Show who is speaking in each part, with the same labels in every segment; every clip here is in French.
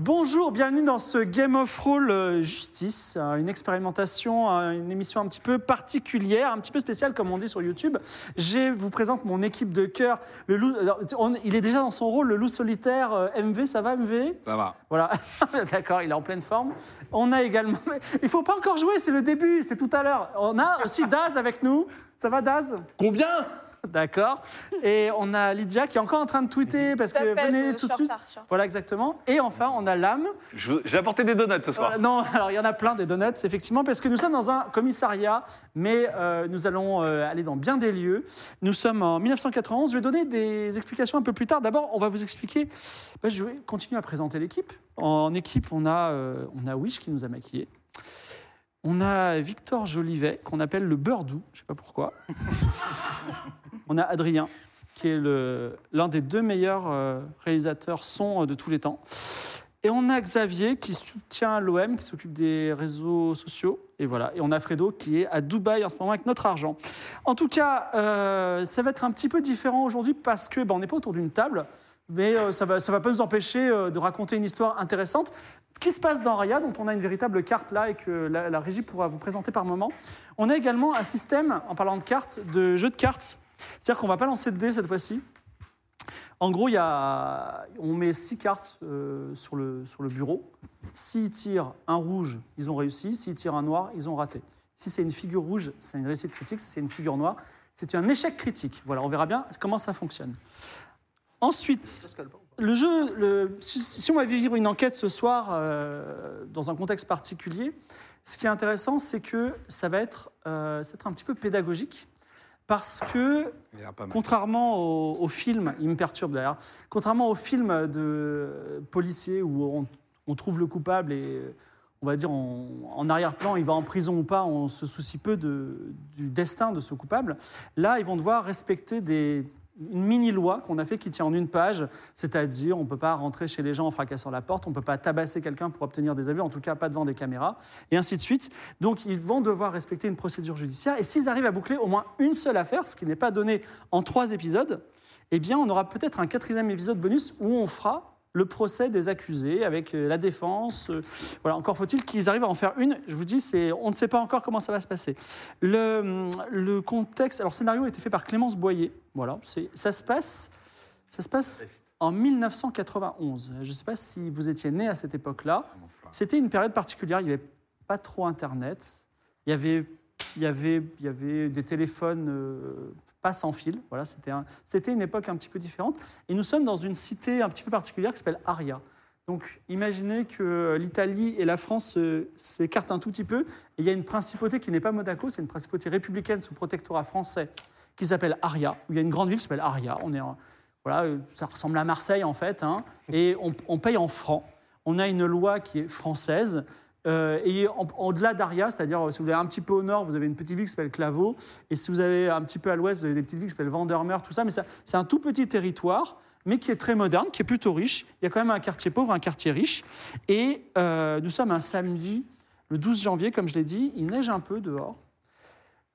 Speaker 1: Bonjour, bienvenue dans ce Game of Roll euh, Justice, euh, une expérimentation, euh, une émission un petit peu particulière, un petit peu spéciale comme on dit sur YouTube. Je vous présente mon équipe de cœur. Le loup, alors, on- il est déjà dans son rôle, le loup solitaire euh, MV, ça va MV
Speaker 2: Ça va.
Speaker 1: Voilà, d'accord, il est en pleine forme. On a également... Il faut pas encore jouer, c'est le début, c'est tout à l'heure. On a aussi Daz avec nous. Ça va Daz
Speaker 3: Combien
Speaker 1: D'accord. Et on a Lydia qui est encore en train de tweeter parce
Speaker 4: Tout à
Speaker 1: que
Speaker 4: fait,
Speaker 1: venez
Speaker 4: je-
Speaker 1: tout
Speaker 4: je
Speaker 1: de
Speaker 4: suis en
Speaker 1: suite.
Speaker 4: retard, je suis en retard.
Speaker 1: Voilà, exactement. Et enfin, on a l'âme.
Speaker 2: Je veux- J'ai apporté des donuts ce soir.
Speaker 1: Voilà, non, alors il y en a plein des donuts, effectivement, parce que nous sommes dans un commissariat, mais euh, nous allons euh, aller dans bien des lieux. Nous sommes en 1991. Je vais donner des explications un peu plus tard. D'abord, on va vous expliquer. bah, je vais continuer à présenter l'équipe. En équipe, on a, euh, on a Wish qui nous a maquillés. On a Victor Jolivet, qu'on appelle le Beurdou, je ne sais pas pourquoi. on a Adrien, qui est le- l'un des deux meilleurs euh, réalisateurs son euh, de tous les temps. Et on a Xavier qui soutient l'OM, qui s'occupe des réseaux sociaux. Et voilà. Et on a Fredo qui est à Dubaï en ce moment avec notre argent. En tout cas, euh, ça va être un petit peu différent aujourd'hui parce que ben, on n'est pas autour d'une table, mais euh, ça ne va, ça va pas nous empêcher euh, de raconter une histoire intéressante qui se passe dans Raya, dont on a une véritable carte là et que la, la régie pourra vous présenter par moment. On a également un système, en parlant de cartes, de jeu de cartes. C'est-à-dire qu'on va pas lancer de dés cette fois-ci. En gros, il y a, on met six cartes euh, sur, le, sur le bureau. S'ils tirent un rouge, ils ont réussi. S'ils tirent un noir, ils ont raté. Si c'est une figure rouge, c'est une réussite critique. Si c'est une figure noire, c'est un échec critique. Voilà, on verra bien comment ça fonctionne. Ensuite, le jeu, le- si, si on va vivre une enquête ce soir euh, dans un contexte particulier, ce qui est intéressant, c'est que ça va être, euh, ça va être un petit peu pédagogique parce que
Speaker 2: Il y a pas mal.
Speaker 1: Contrairement au, au film, il me perturbe d'ailleurs, contrairement au film de euh, policier où on, on trouve le coupable et euh, on va dire on- en arrière-plan, il va en prison ou pas, on se soucie peu de- du destin de ce coupable. Là, ils vont devoir respecter des, une mini-loi qu'on a fait qui tient en une page, c'est-à-dire on ne peut pas rentrer chez les gens en fracassant la porte, on ne peut pas tabasser quelqu'un pour obtenir des aveux, en tout cas pas devant des caméras, et ainsi de suite. Donc ils vont devoir respecter une procédure judiciaire, et s'ils arrivent à boucler au moins une seule affaire, ce qui n'est pas donné en trois épisodes, eh bien on aura peut-être un quatrième épisode bonus où on fera le procès des accusés avec euh, la défense. euh, voilà, encore faut-il qu'ils arrivent à en faire une. Je vous dis, c'est, on ne sait pas encore comment ça va se passer. Le, hum, le contexte, alors le scénario a été fait par Clémence Boyer. Voilà, c'est, ça se passe, ça se passe en 1991. Je ne sais pas si vous étiez né à cette époque-là.
Speaker 5: Ah,
Speaker 1: C'était une période particulière. Il n'y avait pas trop Internet. Il y avait, il y avait, il y avait des téléphones euh, pas sans fil. Voilà, c'était un- c'était une époque un petit peu différente. Et nous sommes dans une cité un petit peu particulière qui s'appelle Aria. Donc imaginez que l'Italie et la France euh, s'écartent un tout petit peu. Et il y a une principauté qui n'est pas Monaco, c'est une principauté républicaine sous protectorat français qui s'appelle Aria. où il y a une grande ville qui s'appelle Aria. On est en- voilà, euh, ça ressemble à Marseille en fait. hein. et on, on paye en francs. On a une loi qui est française. Euh, et en- au-delà d'Aria, c'est-à-dire euh, si vous allez un petit peu au nord, vous avez une petite ville qui s'appelle Claveau. Et si vous allez un petit peu à l'ouest, vous avez des petites villes qui s'appellent Vandermeer, tout ça. Mais ça, c'est un tout petit territoire, mais qui est très moderne, qui est plutôt riche. Il y a quand même un quartier pauvre, un quartier riche. Et euh, nous sommes un samedi, le 12 janvier, comme je l'ai dit. Il neige un peu dehors.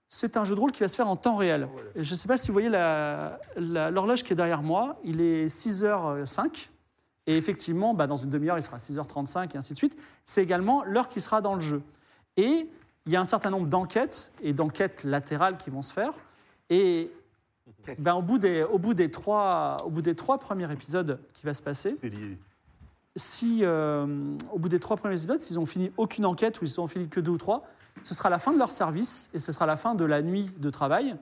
Speaker 1: C'est un jeu de rôle qui va se faire en temps réel. Et Je ne sais pas si vous voyez la- la- l'horloge qui est derrière moi. Il est 6h05. Et effectivement, bah, dans une demi-heure, il sera 6h35 et ainsi de suite. C'est également l'heure qui sera dans le jeu. Et il y a un certain nombre d'enquêtes et d'enquêtes latérales qui vont se faire. Et ben, au, bout des, au, bout des trois, au bout des trois premiers épisodes qui va se passer,
Speaker 3: T'es lié.
Speaker 1: si euh, au bout des trois premiers épisodes, s'ils ont fini aucune enquête ou ils ont fini que deux ou trois, ce sera la fin de leur service et ce sera la fin de la nuit de travail.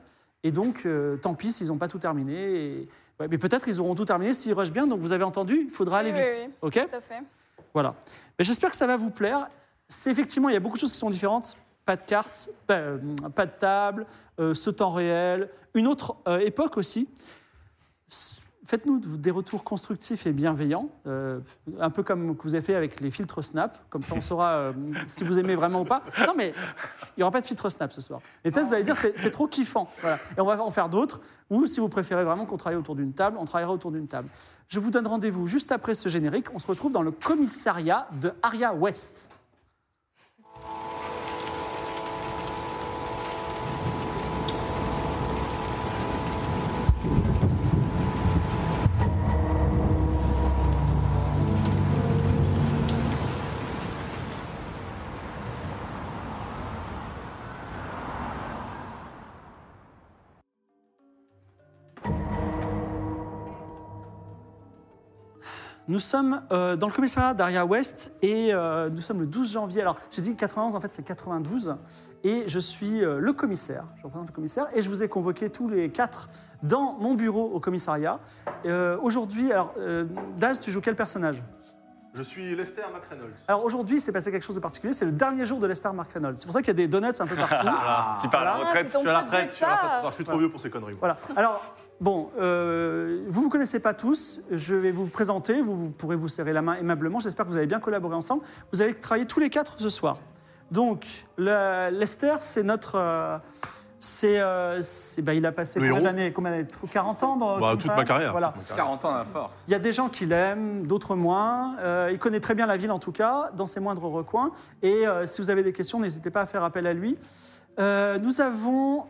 Speaker 1: Et donc, euh, tant pis s'ils n'ont pas tout terminé. Et- ouais, mais peut-être ils auront tout terminé s'ils rushent bien. Donc, vous avez entendu, il faudra
Speaker 4: Oui,
Speaker 1: aller
Speaker 4: oui,
Speaker 1: vite.
Speaker 4: oui.
Speaker 1: OK
Speaker 4: Tout à
Speaker 3: Ah,
Speaker 4: fait.
Speaker 1: voilà. Mais j'espère que ça va vous plaire. C'est effectivement, il y a beaucoup de choses qui sont différentes. Pas de cartes, pas, euh, pas de table, euh, ce temps réel, une autre euh, époque aussi. s- faites-nous de- des retours constructifs et bienveillants, euh, un peu comme que vous avez fait avec les filtres Snap. Comme ça, on saura euh, si vous aimez vraiment ou pas. Non, mais il n'y aura pas de filtre Snap ce soir. Mais peut-être vous allez dire c'est c'est trop kiffant. Voilà. Et on va en faire d'autres. Ou si vous préférez vraiment qu'on travaille autour d'une table, on travaillera autour d'une table. Je vous donne rendez-vous juste après ce générique. On se retrouve dans le commissariat de Aria West. Nous sommes euh, dans le commissariat d'Aria West et euh, nous sommes le 12 janvier. Alors, j'ai dit 91, en fait, c'est 92. Et je suis euh, le commissaire. Je représente le commissaire et je vous ai convoqués tous les quatre dans mon bureau au commissariat. Euh, aujourd'hui, alors, euh, Daz, tu joues quel personnage
Speaker 3: Je suis Lester McReynolds.
Speaker 1: Alors, aujourd'hui, c'est passé quelque chose de particulier. C'est le dernier jour de l'Estar Mark Reynolds. C'est pour ça qu'il y a des donuts un peu partout.
Speaker 3: Ah,
Speaker 2: Qui part à la
Speaker 4: Ah, c'est
Speaker 2: retraite.
Speaker 4: ton
Speaker 3: je suis à la
Speaker 4: pote
Speaker 3: retraite, je suis à la
Speaker 4: d'État.
Speaker 3: retraite. Alors, je suis trop vieux pour ces conneries. moi.
Speaker 1: Voilà. Alors, bon, euh, vous ne vous connaissez pas tous. Je vais vous présenter. Vous, vous pourrez vous serrer la main aimablement. J'espère que vous avez bien collaboré ensemble. Vous allez travailler tous les quatre ce soir. Donc, le- Lester, c'est notre. euh, c'est, euh, c'est- bah, il a passé
Speaker 3: Le
Speaker 1: combien
Speaker 3: héros.
Speaker 1: d'années, combien d'années 40 ans dans
Speaker 3: Bah,
Speaker 1: comme
Speaker 3: toute
Speaker 1: ça
Speaker 3: ma carrière.
Speaker 1: Voilà.
Speaker 2: 40 ans à force.
Speaker 1: Il y a des gens qui l'aiment, d'autres moins. Euh, il connaît très bien la ville, en tout cas, dans ses moindres recoins. Et euh, si vous avez des questions, n'hésitez pas à faire appel à lui. Euh, nous, avons,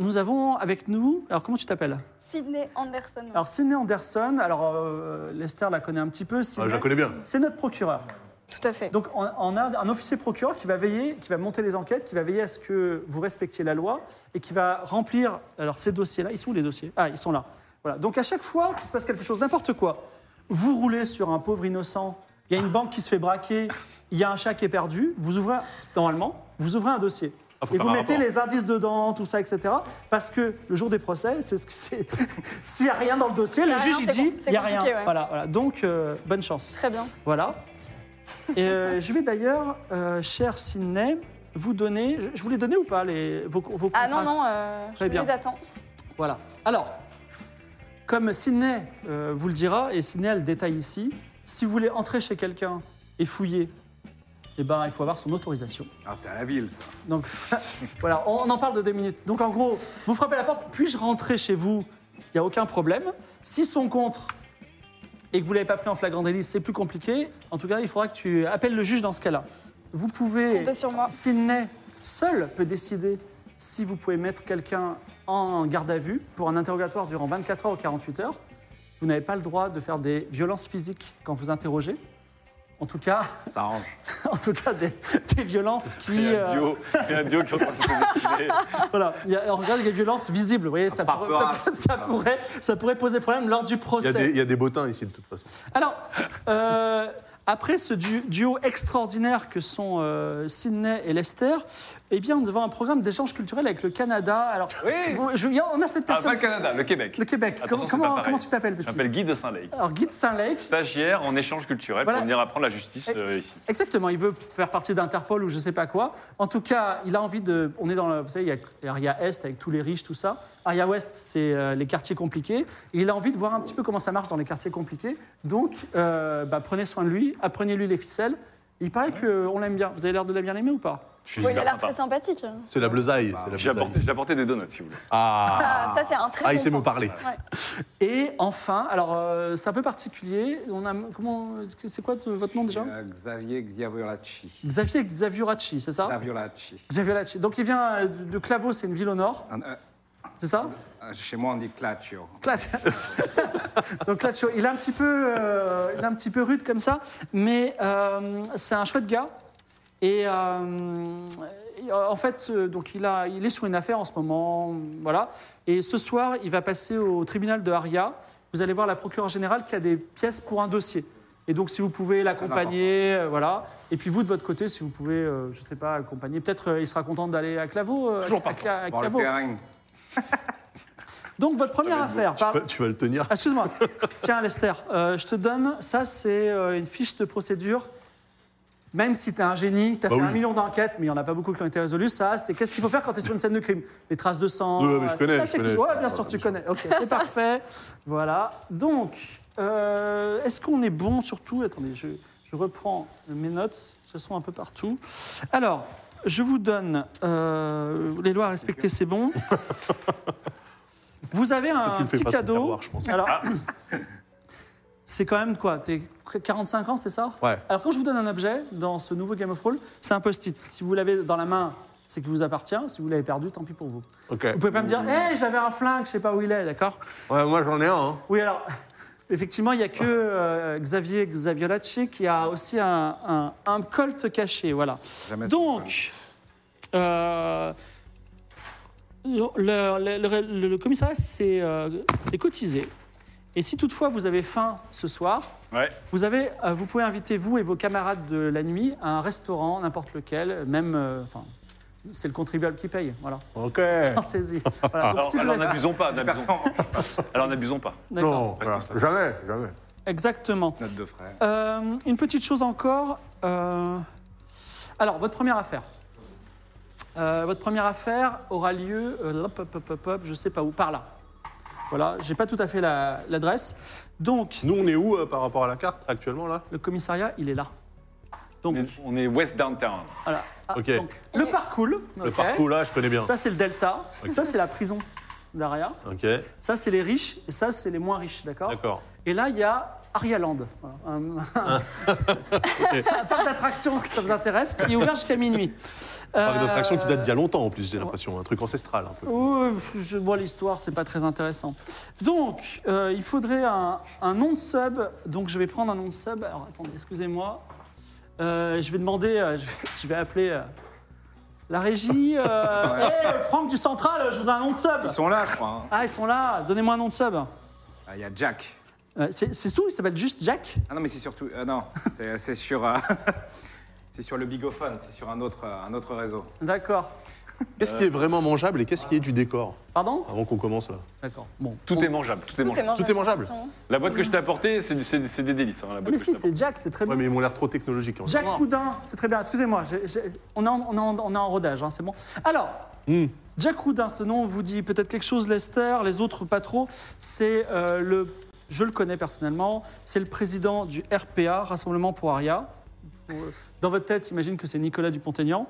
Speaker 1: nous avons avec nous. Alors, comment tu t'appelles
Speaker 4: Sydney Anderson.
Speaker 1: Alors, Sidney Anderson. Alors, euh, Lester la connaît un petit peu.
Speaker 3: Ah,
Speaker 1: Sidney,
Speaker 3: je la connais bien.
Speaker 1: C'est notre procureur.
Speaker 4: Tout à fait.
Speaker 1: Donc, on, on a un officier procureur qui va veiller, qui va monter les enquêtes, qui va veiller à ce que vous respectiez la loi et qui va remplir. Alors, ces dossiers-là, ils sont où les dossiers Ah, ils sont là. Voilà. Donc, à chaque fois qu'il se passe quelque chose, n'importe quoi, vous roulez sur un pauvre innocent, il y a une banque qui se fait braquer, il y a un chat qui est perdu, vous ouvrez, normalement, vous ouvrez un dossier.
Speaker 3: Ah, faut
Speaker 1: et
Speaker 3: faire
Speaker 1: vous
Speaker 3: un
Speaker 1: mettez
Speaker 3: rapport.
Speaker 1: les indices dedans, tout ça, etc. Parce que le jour des procès, c'est ce que c'est. S'il n'y a rien dans le dossier,
Speaker 4: S'il y
Speaker 1: le
Speaker 4: a
Speaker 1: juge
Speaker 4: rien,
Speaker 1: il
Speaker 4: c'est
Speaker 1: dit,
Speaker 4: com- c'est
Speaker 1: il n'y a rien.
Speaker 4: compliqué, ouais.
Speaker 1: Voilà, voilà. Donc, euh, bonne chance.
Speaker 4: Très bien.
Speaker 1: Voilà. Et euh, je vais d'ailleurs, euh, cher Sidney, vous donner. Je, je vous les donner ou pas les, vos, vos
Speaker 4: Ah
Speaker 1: contrats
Speaker 4: non, euh. non, euh, je
Speaker 1: Très bien.
Speaker 4: les attends.
Speaker 1: Voilà. Alors, comme Sidney euh, vous le dira, et Sidney a le détail ici, si vous voulez entrer chez quelqu'un et fouiller, eh ben, il faut avoir son autorisation.
Speaker 2: Ah, c'est à la ville, ça.
Speaker 1: Donc voilà, on, on en parle de deux minutes. Donc en gros, vous frappez à la porte, puis-je rentrer chez vous Il n'y a aucun problème. S'ils sont contre et que vous ne l'avez pas pris en flagrant délit, c'est plus compliqué. En tout cas, il faudra que tu appelles le juge dans ce cas-là. Vous pouvez,
Speaker 4: Comptez sur moi.
Speaker 1: Sidney, seul peut décider si vous pouvez mettre quelqu'un en garde à vue pour un interrogatoire durant 24 heures ou 48 heures. Vous n'avez pas le droit de faire des violences physiques quand vous interrogez. En tout cas,
Speaker 2: Ça arrange.
Speaker 1: en tout cas des, des violences qui...
Speaker 2: Il y a
Speaker 1: euh,
Speaker 2: un duo, il y a un duo qui est en train de se défiler.
Speaker 1: Voilà, il y a, on regarde les violences visibles, vous voyez, ça,
Speaker 2: Par
Speaker 1: pourrait,
Speaker 2: rapport
Speaker 1: ça-
Speaker 2: à-
Speaker 1: ça pourrait, ça pourrait poser problème lors du
Speaker 3: Il y, a des,
Speaker 1: procès.
Speaker 3: il y a des bottins ici, de toute façon.
Speaker 1: Alors, euh, après ce du- duo extraordinaire que sont euh, Sydney et Lester, eh bien, nous avons un programme d'échange culturel avec le Canada. Alors,
Speaker 2: Oui.
Speaker 1: vous- je- il y a- on a cette
Speaker 2: Ah, pas
Speaker 1: personne,
Speaker 2: le Canada, le Québec.
Speaker 1: le Québec. Comment,
Speaker 2: Attention, c'est
Speaker 1: comment-
Speaker 2: pas pareil.
Speaker 1: comment tu t'appelles,
Speaker 2: Je
Speaker 1: petit
Speaker 2: m'appelle Guy de Saint-Lake.
Speaker 1: Alors, Guy de Saint-Lake.
Speaker 2: Stagiaire en échange culturel
Speaker 1: Voilà. Eh.
Speaker 2: pour venir apprendre la justice
Speaker 1: Et-
Speaker 2: euh, ici.
Speaker 1: Exactement, il veut faire partie d'Interpol ou je sais pas quoi. En tout cas, il a envie de. On est dans le. Vous savez, il y a Aria Est avec tous les riches, tout ça. Aria Ouest, c'est euh, les quartiers compliqués. Et il a envie de voir un petit peu comment ça marche dans les quartiers compliqués. Donc, euh, bah, prenez soin de lui, apprenez-lui les ficelles. Il paraît qu'on l'aime bien. Vous avez l'air de la bien aimer ou pas
Speaker 2: Je suis
Speaker 4: Oui, il a
Speaker 2: hyper
Speaker 4: l'air
Speaker 2: sympa.
Speaker 4: très sympathique.
Speaker 3: C'est la bleusaille. c'est la
Speaker 2: J'ai
Speaker 3: bleusaille.
Speaker 2: apporté, j'ai apporté des donuts, si vous voulez.
Speaker 4: Ah,
Speaker 3: Ah.
Speaker 4: ça, c'est un très
Speaker 3: Ah,
Speaker 4: bon
Speaker 3: il sait me
Speaker 4: point.
Speaker 3: parler.
Speaker 4: Ouais.
Speaker 1: Et enfin, alors, euh, c'est un peu particulier. On a. Comment. C'est quoi t- votre nom déjà
Speaker 5: Euh, Xavier Xiaviolacci.
Speaker 1: Xavier Xavioracci, c'est ça
Speaker 5: Xiaviolacci.
Speaker 1: Xavioracci. Donc, il vient euh, de de Claveau, c'est une ville au nord,
Speaker 5: Un- euh,
Speaker 1: c'est ça
Speaker 5: euh, chez moi, on dit Claccio.
Speaker 1: Clash. Donc Clash, il est un petit peu, euh, il est un petit peu rude comme ça, mais euh, c'est un chouette gars. Et euh, et, euh, en fait, euh, donc il a, il est sur une affaire en ce moment, voilà. Et ce soir, il va passer au tribunal de Haria. Vous allez voir la procureure générale qui a des pièces pour un dossier. Et donc, si vous pouvez l'accompagner, euh, voilà. Et puis vous, de votre côté, si vous pouvez, euh, je sais pas, accompagner. Peut-être, euh, il sera content d'aller à Claveau. euh,
Speaker 2: Toujours
Speaker 1: à
Speaker 2: pas.
Speaker 1: Cla- à
Speaker 5: Bon, le
Speaker 1: Claveau.
Speaker 5: terrain.
Speaker 1: Donc, votre première affaire. parle-
Speaker 3: Tu vas le tenir.
Speaker 1: ah, Excuse-moi. Tiens, Lester, euh, je te donne, ça c'est euh, une fiche de procédure Même si t'es un génie, t'as
Speaker 3: Bah
Speaker 1: fait un
Speaker 3: oui.
Speaker 1: million d'enquêtes, mais il n'y en a pas beaucoup qui ont été résolues, ça, c'est qu'est-ce qu'il faut faire quand t'es sur une scène de crime Les traces de sang.
Speaker 3: Ouais, mais je
Speaker 1: euh,
Speaker 3: connais,
Speaker 1: ça,
Speaker 3: je
Speaker 1: c'est-
Speaker 3: connais, je
Speaker 1: Ouais,
Speaker 3: connais.
Speaker 1: bien sûr,
Speaker 3: Ouais,
Speaker 1: tu
Speaker 3: bien
Speaker 1: connais. Ok, c'est parfait. Voilà. Donc, euh, est-ce qu'on est bon surtout Attendez, je, je reprends mes notes, elles sont un peu partout. Alors, je vous donne euh, les lois à respecter, c'est bon. Vous avez
Speaker 3: Toi, tu
Speaker 1: un
Speaker 3: le fais
Speaker 1: petit
Speaker 3: pas sans
Speaker 1: cadeau.
Speaker 3: savoir, je pense.
Speaker 1: Alors, c'est quand même quoi T'es 45 ans, c'est ça
Speaker 3: Ouais.
Speaker 1: Alors quand je vous donne un objet dans ce nouveau Game of Roll, c'est un post-it. Si vous l'avez dans la main, c'est qu'il vous appartient. Si vous l'avez perdu, tant pis pour vous.
Speaker 3: Ok.
Speaker 1: Vous pouvez pas me dire, hé, j'avais un flingue, je sais pas où il est, d'accord
Speaker 3: Ouais, moi j'en ai un. hein.
Speaker 1: Oui, alors, effectivement, il n'y a que euh, Xavier Xaviolacci qui a aussi un, un, un colt caché, voilà.
Speaker 5: Jamais sans problème.
Speaker 1: Donc, euh, le, le- le- le- le commissariat s'est euh, s'est cotisé. Et si toutefois vous avez faim ce soir,
Speaker 2: Ouais.
Speaker 1: vous, avez, euh, vous pouvez inviter vous et vos camarades de la nuit à un restaurant, n'importe lequel, même. euh, enfin, c'est le contribuable qui paye, voilà.
Speaker 3: Ok.
Speaker 1: En saisie. Voilà. Donc,
Speaker 2: Alors,
Speaker 1: si vous
Speaker 2: alors
Speaker 1: êtes-
Speaker 2: n'abusons pas, n'abusons
Speaker 5: Personne,
Speaker 2: Alors n'abusons pas.
Speaker 1: D'accord.
Speaker 3: Non, voilà.
Speaker 2: Responsable.
Speaker 3: jamais, jamais.
Speaker 1: Exactement.
Speaker 5: notre deux frères.
Speaker 1: Euh, une petite chose encore. euh, Alors, votre première affaire. Euh, votre première affaire aura lieu, euh, hop, hop, hop, hop, hop, je sais pas où, par là. Voilà, j'ai pas tout à fait la- l'adresse. Donc,
Speaker 3: Nous, on est où euh, par rapport à la carte actuellement là
Speaker 1: le commissariat, il est là.
Speaker 2: On
Speaker 1: Donc,
Speaker 2: est, on est West Downtown.
Speaker 1: voilà. Ah,
Speaker 3: Ok.
Speaker 1: donc, le parcours.
Speaker 3: Le
Speaker 1: ok.
Speaker 3: parcours là, je connais bien.
Speaker 1: Ça, c'est le delta.
Speaker 3: Ok.
Speaker 1: Ça, c'est la prison d'Aria.
Speaker 3: Ok,
Speaker 1: Ça, c'est les riches. Et ça, c'est les moins riches, d'accord
Speaker 3: d'accord.
Speaker 1: Et là, il y a Arialand, Voilà, un,
Speaker 3: Ah.
Speaker 1: un parc d'attractions, si ça vous intéresse, qui est ouvert jusqu'à minuit.
Speaker 3: Parc d'attraction qui date d'il y
Speaker 1: d'Arialand.
Speaker 3: a longtemps en plus, j'ai l'impression. Un truc ancestral un peu.
Speaker 1: Euh, moi, l'histoire, c'est pas très intéressant. Donc, euh, il faudrait un, un nom de sub. Donc, je vais prendre un nom de sub. Alors, attendez, excusez-moi. Euh, je vais demander, euh, je, vais, je vais appeler euh, la régie. Euh,
Speaker 5: Ouais.
Speaker 1: Hey, Franck du Central, je voudrais un nom de sub.
Speaker 5: Ils sont là, je crois. hein.
Speaker 1: Ah, ils sont là. Donnez-moi un nom de sub.
Speaker 5: Ah, Il y a Jack.
Speaker 1: Euh, c'est c'est tout, il s'appelle juste Jack.
Speaker 5: Ah non, mais c'est surtout. ah non, c'est c'est sur. euh, c'est sur le Bigophone, c'est sur un autre, euh, un autre réseau.
Speaker 1: Ah, D'accord.
Speaker 3: Qu'est-ce qui est vraiment mangeable et qu'est-ce qui est du décor
Speaker 1: Pardon
Speaker 3: Avant qu'on commence là.
Speaker 1: D'accord. Bon.
Speaker 2: Tout est mangeable, tout est
Speaker 4: Tout est
Speaker 2: mangeable.
Speaker 4: mangeable.
Speaker 3: Tout est mangeable.
Speaker 4: attention.
Speaker 2: La boîte que je t'ai apportée, c'est du- c'est c'est des délices. hein, la
Speaker 1: Ah,
Speaker 2: boîte
Speaker 1: mais
Speaker 2: que
Speaker 1: si,
Speaker 2: je t'ai
Speaker 1: c'est Jack, c'est très
Speaker 3: Ouais,
Speaker 1: bon.
Speaker 3: mais ils m'ont l'air trop technologiques. hein. en fait.
Speaker 1: Jacques Roudin, c'est très bien. Excusez-moi, j'ai- j'ai- on, est en- on, est en- on est en rodage, hein, c'est bon. Alors,
Speaker 3: Hmm.
Speaker 1: Jacques Roudin, ce nom vous dit peut-être quelque chose, Lester, les autres pas trop. C'est euh, le, je le connais personnellement, c'est le président du RPA, Rassemblement pour Aria. Dans votre tête, imagine que c'est Nicolas Dupont-Aignan.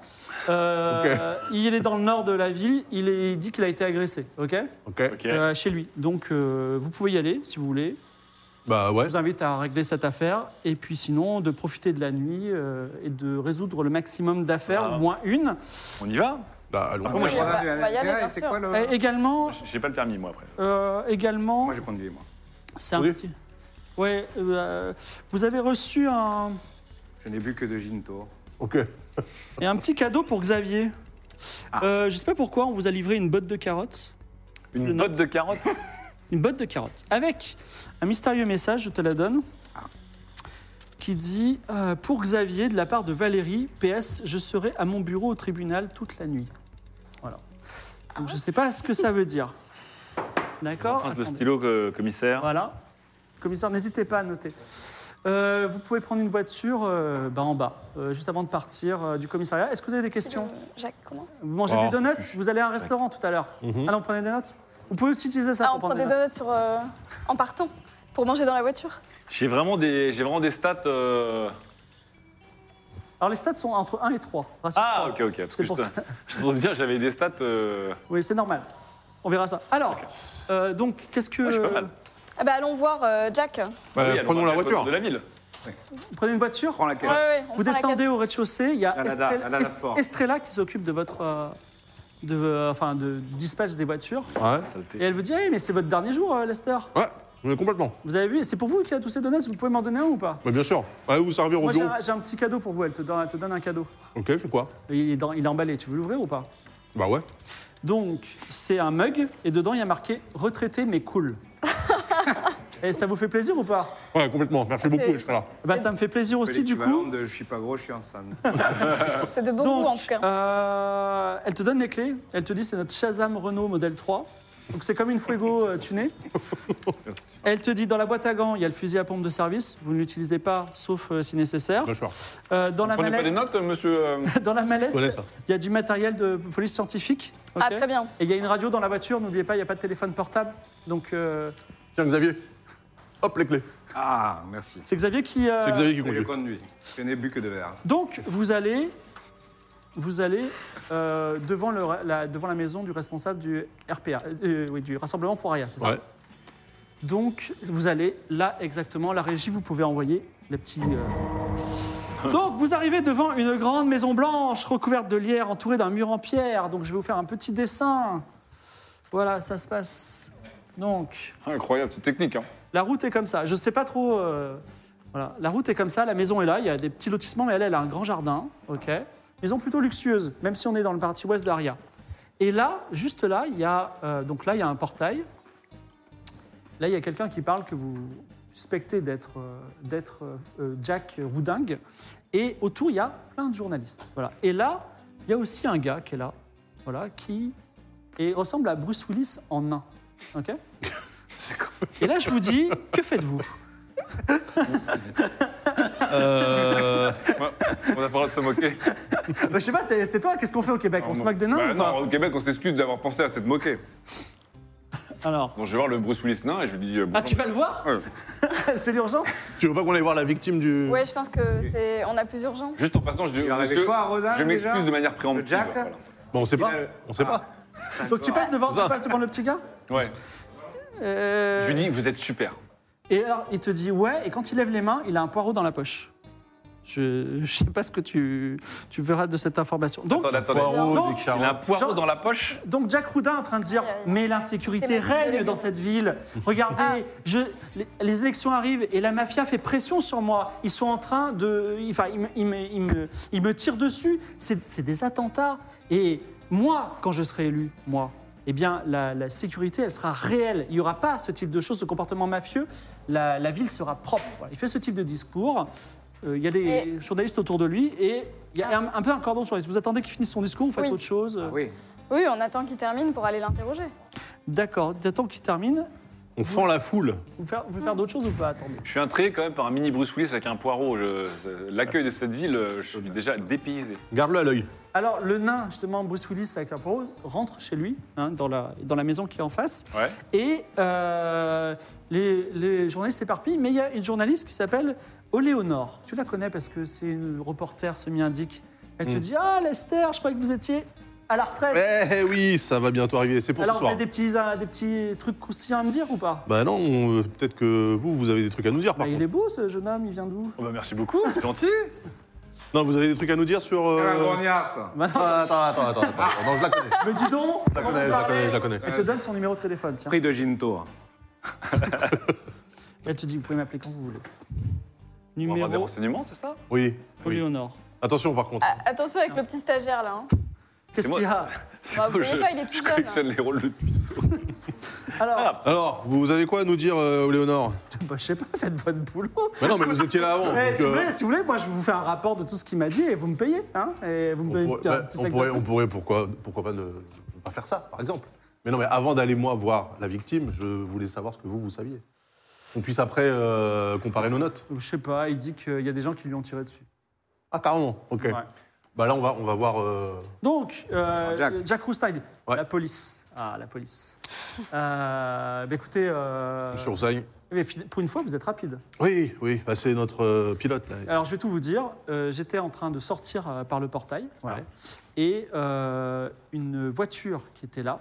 Speaker 1: Euh, Il est dans le nord de la ville, il, est- il dit qu'il a été agressé, ok
Speaker 3: Ok.
Speaker 2: apportée. Ok.
Speaker 1: Euh, Chez lui. Donc, euh, vous pouvez y aller si vous voulez.
Speaker 3: Bah ouais.
Speaker 1: Je vous invite à régler cette affaire et puis sinon de profiter de la nuit euh, et de résoudre le maximum d'affaires,
Speaker 2: Ah.
Speaker 1: au moins une.
Speaker 2: On y va
Speaker 3: Bah allons.
Speaker 2: Après, moi,
Speaker 4: je- Bah, bah, y aller,
Speaker 5: Ah,
Speaker 4: bien
Speaker 5: c'est
Speaker 4: sûr.
Speaker 5: quoi le.
Speaker 1: Et également,
Speaker 2: J'ai pas le permis, moi, après.
Speaker 1: euh, également,
Speaker 5: Moi, je conduis, moi.
Speaker 1: c'est un
Speaker 3: Oui.
Speaker 1: petit. Ouais, euh, vous avez reçu un
Speaker 5: Je n'ai bu que de Ginto.
Speaker 3: Ok.
Speaker 1: et un petit cadeau pour Xavier. Euh, je sais pas pourquoi on vous a livré une botte de carottes.
Speaker 2: Une
Speaker 1: Je note.
Speaker 2: botte de carottes
Speaker 1: Une botte de carottes. Avec un mystérieux message, je te la donne, qui dit euh, Pour Xavier, de la part de Valérie, PS, je serai à mon bureau au tribunal toute la nuit. Voilà. Donc je ne sais pas ce que ça veut dire. D'accord
Speaker 2: Prince de
Speaker 1: Attendez.
Speaker 2: stylo, euh, commissaire.
Speaker 1: Voilà. Commissaire, n'hésitez pas à noter. Euh, vous pouvez prendre une voiture euh, bah, en bas, euh, juste avant de partir euh, du commissariat. Est-ce que vous avez des questions
Speaker 4: Euh, Jacques, comment
Speaker 1: Vous mangez
Speaker 3: Oh.
Speaker 1: des donuts Vous allez à un restaurant tout à l'heure Alors, vous prenez des notes Vous pouvez aussi utiliser ça
Speaker 4: Ah,
Speaker 1: pour
Speaker 4: on prend
Speaker 1: prendre
Speaker 4: des
Speaker 1: des notes.
Speaker 4: donuts sur, euh, en partant pour manger dans la voiture.
Speaker 2: J'ai vraiment, des- j'ai vraiment des stats. euh,
Speaker 1: Alors, les stats sont entre 1 et 3.
Speaker 2: Ah, ok, ok. Parce
Speaker 1: C'est
Speaker 2: que
Speaker 1: pour
Speaker 2: je,
Speaker 1: ça.
Speaker 2: te- je te dire, j'avais des stats. euh,
Speaker 1: Oui, c'est normal. On verra ça. Alors, euh, donc, qu'est-ce que.
Speaker 2: Ouais, je suis pas mal.
Speaker 4: Ah bah allons voir euh, Jack. Ouais,
Speaker 3: Bah,
Speaker 2: oui, à
Speaker 3: prenons
Speaker 2: droite,
Speaker 3: la
Speaker 2: à côté
Speaker 3: voiture.
Speaker 2: De la ville.
Speaker 1: Vous prenez une voiture
Speaker 5: Prends la caisse.
Speaker 4: ouais, on
Speaker 1: Vous
Speaker 4: prend la
Speaker 1: descendez
Speaker 4: caisse.
Speaker 1: au rez-de-chaussée. Il y a
Speaker 5: La Lada,
Speaker 1: Estrella,
Speaker 5: la Lada Sport.
Speaker 1: Estrella qui s'occupe de votre. euh, de, euh, enfin, de- du dispatch des voitures.
Speaker 3: Ouais.
Speaker 1: Et elle vous dit Hey, mais c'est votre dernier jour, euh, Lester.
Speaker 3: Ouais. mais Complètement.
Speaker 1: Vous avez vu C'est pour vous qu'il y a tous ces donuts. Vous pouvez m'en donner un ou pas
Speaker 3: Bah bien sûr. Allez vous servir au
Speaker 1: Moi, j'ai
Speaker 3: bureau.
Speaker 1: un, j'ai un petit cadeau pour vous. Elle te donne, elle te donne un cadeau.
Speaker 3: Ok, c'est quoi
Speaker 1: Il est, dans- il est emballé. Tu veux l'ouvrir ou pas
Speaker 3: Bah ouais.
Speaker 1: Donc, c'est un mug et dedans, il y a marqué retraité mais cool. et ça vous fait plaisir ou pas
Speaker 3: Ouais, complètement. Merci beaucoup, je serai là.
Speaker 1: bah, Ça me fait plaisir
Speaker 5: C'est
Speaker 1: aussi, du
Speaker 5: l'équivalent
Speaker 1: coup.
Speaker 5: de je suis pas gros, je suis enceinte.
Speaker 4: C'est de bon
Speaker 1: Donc,
Speaker 4: goût en tout cas.
Speaker 1: euh, elle te donne les clés. Elle te dit c'est notre Shazam Renault modèle 3. Donc c'est comme une Fuego euh, tunée.
Speaker 5: Bien sûr.
Speaker 1: Elle te dit dans la boîte à gants, il y a le fusil à pompe de service. Vous ne l'utilisez pas, sauf euh, si nécessaire.
Speaker 3: D'accord.
Speaker 1: Euh, dans, la
Speaker 2: Prenez pas des
Speaker 1: mallette,
Speaker 2: notes, monsieur. euh,
Speaker 1: dans la mallette,
Speaker 3: Voilà ça.
Speaker 1: il y a du matériel de police scientifique.
Speaker 4: Ah,
Speaker 1: ok
Speaker 4: très bien.
Speaker 1: Et il y a une radio dans la voiture. N'oubliez pas, il n'y a pas de téléphone portable. Donc euh,
Speaker 3: Tiens, Xavier. Hop, les clés.
Speaker 5: Ah, merci.
Speaker 1: c'est Xavier qui. euh,
Speaker 3: C'est Xavier qui
Speaker 5: Je
Speaker 3: conduit.
Speaker 5: conduis. Je n'ai bu que de verre.
Speaker 1: Donc vous allez, vous allez euh, devant, le, la, devant la maison du responsable du RPA, euh, oui, du Rassemblement pour Aria, c'est ça
Speaker 3: Ouais.
Speaker 1: Donc vous allez là exactement, la régie, vous pouvez envoyer les petits... euh. Donc vous arrivez devant une grande maison blanche recouverte de lierre, entourée d'un mur en pierre. Donc je vais vous faire un petit dessin. Voilà, ça se passe. Donc
Speaker 2: Incroyable, c'est technique. Hein.
Speaker 1: la route est comme ça. Je ne sais pas trop. euh, voilà, la route est comme ça. La maison est là. Il y a des petits lotissements, mais elle, elle a un grand jardin. Ok. Maison plutôt luxueuse, même si on est dans le parti ouest d'Aria. Et là, juste là, il y a euh, donc là, il y a un portail. Là, il y a quelqu'un qui parle que vous suspectez d'être euh, d'être euh, euh, Jack Roudingue. Et autour, il y a plein de journalistes. Voilà. Et là, il y a aussi un gars qui est là, voilà, qui et ressemble à Bruce Willis en nain. Ok. Et là, je vous dis, que faites-vous
Speaker 6: Euh,
Speaker 2: Ouais, on n'a pas le droit de se moquer.
Speaker 1: Bah, Je sais pas, t'es- c'est toi, qu'est-ce qu'on fait au Québec On se moque des nains
Speaker 2: Bah
Speaker 1: ou pas
Speaker 2: Non, au Québec, on s'excuse d'avoir pensé à cette moquer.
Speaker 1: Alors.
Speaker 2: Donc je vais voir le Bruce Willis nain et je lui dis. euh,
Speaker 1: Ah, tu
Speaker 2: bonjour.
Speaker 1: vas le voir
Speaker 2: Ouais.
Speaker 1: C'est l'urgence
Speaker 3: Tu veux pas qu'on aille voir la victime du.
Speaker 4: Ouais, je pense que c'est. On a plus urgent.
Speaker 2: Juste en passant, je dis.
Speaker 5: Il en avait
Speaker 2: monsieur,
Speaker 5: quoi, Rodin
Speaker 2: je m'excuse de manière
Speaker 5: hein, Le
Speaker 2: préemptive.
Speaker 5: Jack, euh, là
Speaker 3: Bon, on sait pas.
Speaker 5: va-
Speaker 3: On sait
Speaker 5: Ah.
Speaker 3: pas.
Speaker 1: Donc tu passes devant, tu passes devant le petit gars
Speaker 2: voilà. Ouais. Je lui dis, vous êtes super.
Speaker 1: Et alors, il te dit ouais, et quand il lève les mains, il a un poireau dans la poche. Je, je sais pas ce que tu, tu verras de cette information. Donc,
Speaker 2: Attendez, attendez.
Speaker 3: Poireau,
Speaker 1: Non.
Speaker 3: des
Speaker 2: Il a un
Speaker 3: carottes.
Speaker 2: poireau
Speaker 1: Genre-
Speaker 2: dans la poche.
Speaker 1: donc Jack Roudin est en train de dire
Speaker 4: Aïe, aïe, aïe.
Speaker 1: mais
Speaker 4: C'est
Speaker 1: l'insécurité
Speaker 4: ma vie,
Speaker 1: règne
Speaker 4: les
Speaker 1: dans
Speaker 4: gars.
Speaker 1: cette ville. Regardez,
Speaker 4: Ah.
Speaker 1: je, les, les élections arrivent et la mafia fait pression sur moi. Ils sont en train de, enfin, ils me, ils me- ils me- ils me tirent dessus. C'est c'est des attentats. Et moi, quand je serai élu, moi, eh bien, la, la sécurité, elle sera réelle. Il n'y aura pas ce type de choses, ce comportement mafieux. La, la ville sera propre. Voilà. Il fait ce type de discours. Euh, Il y a des journalistes autour de lui et il y a un, un peu un cordon sur Vous attendez qu'il finisse son discours, vous faites
Speaker 4: Ah. Oui.
Speaker 1: autre chose. euh,
Speaker 5: Oui.
Speaker 4: Oui, on attend qu'il termine pour aller l'interroger.
Speaker 1: D'accord, j'attends qu'il termine.
Speaker 3: On fend la foule.
Speaker 1: Vous faire, vous faire d'autres choses ou pas Attendez.
Speaker 2: Je suis intrigué quand même par un mini Bruce Willis avec un poireau. Je- c'est- L'accueil de cette ville, euh, je suis déjà dépaysé.
Speaker 3: Garde-le à l'œil.
Speaker 1: Alors, le nain, justement, Bruce Willis avec un poireau, rentre chez lui, hein, dans, la, dans la maison qui est en face.
Speaker 2: Ouais.
Speaker 1: Et euh, les, les journalistes s'éparpillent, mais il y a une journaliste qui s'appelle Oléonore. Tu la connais parce que c'est une reporter semi-indique. Elle
Speaker 3: Hmm.
Speaker 1: te dit Ah, Lester, je croyais que vous étiez à la retraite.
Speaker 3: Eh oui, ça va bientôt arriver. C'est pour
Speaker 1: Alors,
Speaker 3: ce
Speaker 1: vous
Speaker 3: soir.
Speaker 1: avez des petits, euh, des petits trucs croustillants à me dire ou pas
Speaker 3: Bah non, euh, peut-être que vous, vous avez des trucs à nous dire
Speaker 1: Bah,
Speaker 3: par
Speaker 1: Il
Speaker 3: contre.
Speaker 1: est beau ce jeune homme, il vient d'où
Speaker 2: Oh bah merci beaucoup, c'est gentil.
Speaker 3: Non, vous avez des trucs à nous dire sur. euh,
Speaker 5: Un grognasse.
Speaker 1: Bah, non,
Speaker 3: Attends, attends, attends, attends. attends. Non, je la connais.
Speaker 1: Mais dis donc
Speaker 3: Je la
Speaker 1: comment
Speaker 3: connais,
Speaker 1: vous
Speaker 3: je la
Speaker 1: parlez
Speaker 3: connais, je la connais.
Speaker 1: Elle te donne son numéro de téléphone, tiens.
Speaker 5: Prix de Ginto.
Speaker 1: Elle te dit Vous pouvez m'appeler quand vous voulez.
Speaker 2: On va avoir des
Speaker 1: Numéro
Speaker 2: renseignements, c'est ça
Speaker 3: Oui. oui.
Speaker 1: Oléonore.
Speaker 3: Attention par contre.
Speaker 4: Ah, attention avec le petit stagiaire là. hein.
Speaker 1: Qu'est-ce
Speaker 2: C'est moi.
Speaker 1: qu'il y a
Speaker 4: Bah, vous
Speaker 2: je,
Speaker 4: voyez pas, il est tout
Speaker 2: je
Speaker 4: jeune. hein.
Speaker 2: collectionne les rôles de puceau.
Speaker 1: Alors,
Speaker 2: Ah.
Speaker 3: Alors, vous avez quoi à nous dire, euh, Léonore
Speaker 1: bah, je sais pas, faites votre boulot.
Speaker 3: Bah non, mais vous étiez là avant.
Speaker 1: Eh,
Speaker 3: donc,
Speaker 1: si, vous
Speaker 3: euh,
Speaker 1: voulez, si vous voulez, moi je vous fais un rapport de tout ce qu'il m'a dit et vous me payez. Hein et vous me donnez
Speaker 3: On pourrait,
Speaker 1: un
Speaker 3: bah,
Speaker 1: petit
Speaker 3: on
Speaker 1: plaque de
Speaker 3: pourrait- on
Speaker 1: poste.
Speaker 3: pourrait, pourquoi, pourquoi pas ne, ne pas faire ça, par exemple. Mais non, mais avant d'aller moi voir la victime, je voulais savoir ce que vous, vous saviez. Qu'on puisse après euh, comparer nos notes.
Speaker 1: Je sais pas, il dit qu'il y a des gens qui lui ont tiré dessus.
Speaker 3: Ah, carrément, ok.
Speaker 1: Ouais.
Speaker 3: Bah là, on va, on va voir... euh,
Speaker 1: Donc, euh,
Speaker 5: Alors, Jack.
Speaker 1: Jack Roustide,
Speaker 3: Ouais.
Speaker 1: la police. Ah, la police. euh, bah, écoutez, euh,
Speaker 3: Monsieur Oursaille.
Speaker 1: mais fi- pour une fois, vous êtes rapide.
Speaker 3: Oui, oui, bah, c'est notre euh, pilote. Là.
Speaker 1: Alors, je vais tout vous dire. Euh, J'étais en train de sortir euh, par le portail. Voilà.
Speaker 3: Ouais.
Speaker 1: Et euh, une voiture qui était là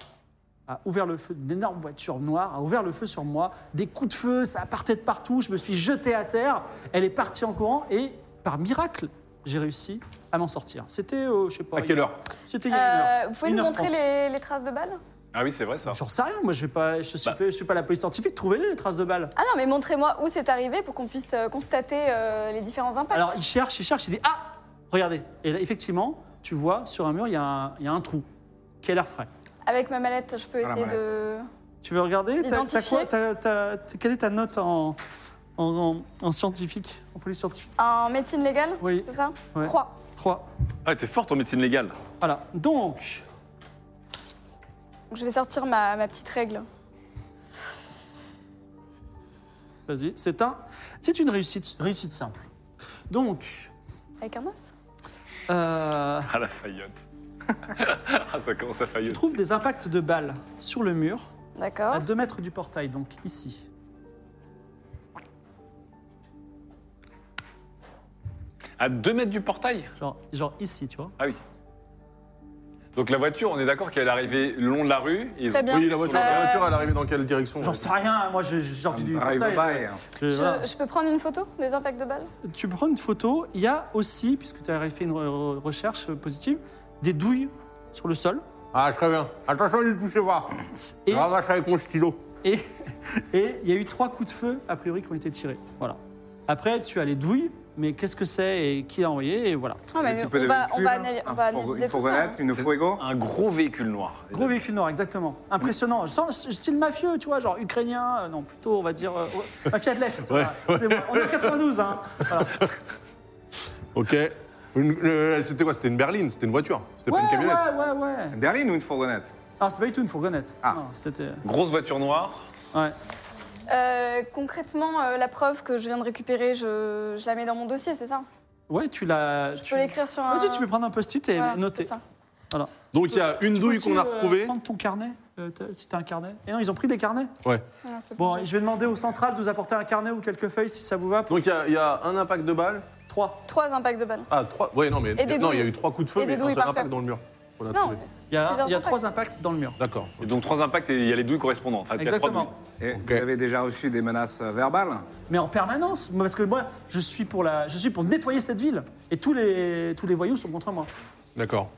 Speaker 1: a ouvert le feu, une énorme voiture noire, a ouvert le feu sur moi. Des coups de feu, ça partait de partout. Je me suis jeté à terre. Elle est partie en courant et, par miracle, j'ai réussi à m'en sortir. C'était, euh, je sais pas.
Speaker 3: À quelle
Speaker 1: il y a-
Speaker 3: heure
Speaker 1: C'était il y a
Speaker 4: Euh,
Speaker 1: une heure.
Speaker 4: vous pouvez nous
Speaker 1: 1h30.
Speaker 4: montrer les, les traces de balles
Speaker 2: Ah oui, c'est vrai ça.
Speaker 1: J'en sais rien, moi je ne suis,
Speaker 2: Bah.
Speaker 1: pas- je suis pas la police scientifique, trouvez-les les traces de balles.
Speaker 4: Ah non, mais montrez-moi où c'est arrivé pour qu'on puisse euh, constater euh, les différents impacts.
Speaker 1: Alors il cherche, il cherche, il dit Ah Regardez. Et là, effectivement, tu vois, sur un mur, il y, a un- il y a un trou qui a l'air frais.
Speaker 4: Avec ma mallette, je peux
Speaker 5: Ah, la
Speaker 4: essayer
Speaker 5: mallette.
Speaker 4: de.
Speaker 1: Tu veux regarder T'as- t'as
Speaker 4: Identifier.
Speaker 1: quoi T'as- t'as- t'as- Quelle est ta note en, en, en- en scientifique, en police scientifique
Speaker 4: En médecine légale
Speaker 1: Oui.
Speaker 4: C'est ça
Speaker 1: Ouais.
Speaker 4: 3.
Speaker 1: 3.
Speaker 2: Ah, t'es forte en médecine légale.
Speaker 1: Voilà. Donc,
Speaker 4: Je vais sortir ma, ma petite règle.
Speaker 1: Vas-y, c'est un. C'est une réussite, réussite simple. Donc,
Speaker 4: Avec un os
Speaker 1: euh,
Speaker 2: Ah, la faillotte. ah, ça commence à
Speaker 1: tu
Speaker 2: failloter.
Speaker 1: trouves des impacts de balles sur le mur,
Speaker 4: D'accord.
Speaker 1: à 2 mètres du portail, donc ici.
Speaker 2: À 2 mètres du portail
Speaker 1: Genre, genre ici, tu vois.
Speaker 2: Ah oui. Donc la voiture, on est d'accord qu'elle est arrivée le long de la rue. et ils
Speaker 4: Très
Speaker 2: ont-
Speaker 4: bien.
Speaker 3: Oui, la voiture,
Speaker 4: Euh,
Speaker 3: la voiture, elle arrive dans quelle direction
Speaker 1: J'en
Speaker 3: elle
Speaker 1: sais rien, moi je- je suis sorti du
Speaker 5: Drive
Speaker 1: portail.
Speaker 5: by.
Speaker 1: Je- voilà.
Speaker 4: Je, je peux prendre une photo des impacts de balles
Speaker 1: Tu prends une photo, il y a aussi, puisque tu as fait une re- recherche positive, des douilles sur le sol.
Speaker 3: Ah, très bien. Attention, ne touchez pas.
Speaker 1: Et-
Speaker 3: Je ramasse avec mon stylo.
Speaker 1: Et et il y a eu trois coups de feu, a priori, qui ont été tirés. Voilà. Après, tu as les douilles, mais qu'est-ce que c'est et qui l'a envoyé Et voilà.
Speaker 4: Ah, mais
Speaker 5: Un petit
Speaker 4: on,
Speaker 5: peu de
Speaker 4: va, on
Speaker 5: véhicule,
Speaker 4: va analy- on
Speaker 5: un
Speaker 4: va
Speaker 5: fourgo-
Speaker 4: analyser
Speaker 5: Une
Speaker 4: tout ça. hein.
Speaker 5: fourgonnette, une fuego.
Speaker 2: Un gros véhicule noir.
Speaker 1: Gros véhicule noir, exactement. Impressionnant. Je sens le style mafieux, tu vois, genre ukrainien, euh, non, plutôt, on va dire, euh, oh, mafia de l'Est. voilà. Excusez-moi, On est en 92, hein. Voilà.
Speaker 3: Ok. Une- euh, c'était quoi C'était une berline, c'était une voiture. C'était
Speaker 1: Ouais,
Speaker 3: pas une camionnette.
Speaker 1: ouais, ouais, ouais.
Speaker 5: Une berline ou une fourgonnette
Speaker 1: Alors, c'était pas du tout une fourgonnette.
Speaker 5: Ah.
Speaker 1: Non, c'était.
Speaker 2: Grosse voiture noire.
Speaker 1: Ouais.
Speaker 4: Euh, concrètement, euh, la preuve que je viens de récupérer, je, je la mets dans mon dossier, c'est ça
Speaker 1: Ouais, tu l'as.
Speaker 4: Je peux l'écrire sur un.
Speaker 1: Vas-y, tu peux prendre un post-it et
Speaker 4: Voilà,
Speaker 1: noter.
Speaker 4: c'est ça.
Speaker 3: Donc il y a
Speaker 1: Tu
Speaker 3: une
Speaker 1: peux
Speaker 3: douille
Speaker 1: aussi,
Speaker 3: qu'on a
Speaker 1: euh,
Speaker 3: retrouvée.
Speaker 1: prendre ton carnet, euh, t'as- si t'as un carnet. Et non, ils ont pris des carnets.
Speaker 4: Voilà, Ah, c'est
Speaker 1: Bon,
Speaker 4: bon, j'ai-
Speaker 1: je vais demander au central de nous apporter un carnet ou quelques feuilles si ça vous va. Pour...
Speaker 3: Donc il y, a- il y a un impact de balle.
Speaker 1: Trois.
Speaker 4: Trois impacts de balles.
Speaker 3: Ah, trois. Ouais, non, mais
Speaker 4: Et des
Speaker 3: non, il y a
Speaker 4: douilles.
Speaker 3: eu trois coups de feu,
Speaker 4: Et des
Speaker 3: mais un
Speaker 4: douilles
Speaker 3: seul
Speaker 4: par
Speaker 3: impact
Speaker 4: terre.
Speaker 3: dans le mur. qu'on a
Speaker 4: Non,
Speaker 3: trouvé.
Speaker 1: Il y a,
Speaker 4: Plusieurs
Speaker 1: il y a
Speaker 4: impacts.
Speaker 1: trois impacts dans le mur.
Speaker 3: D'accord.
Speaker 2: Et donc trois impacts et il y a les douilles correspondantes. Enfin, il y a trois
Speaker 1: Exactement.
Speaker 5: Et
Speaker 3: Ok.
Speaker 5: Vous avez déjà reçu des menaces euh, verbales
Speaker 1: Mais en permanence, moi, parce que moi, je suis pour la, je suis pour nettoyer cette ville. Et tous les, tous les voyous sont contre moi.
Speaker 3: D'accord.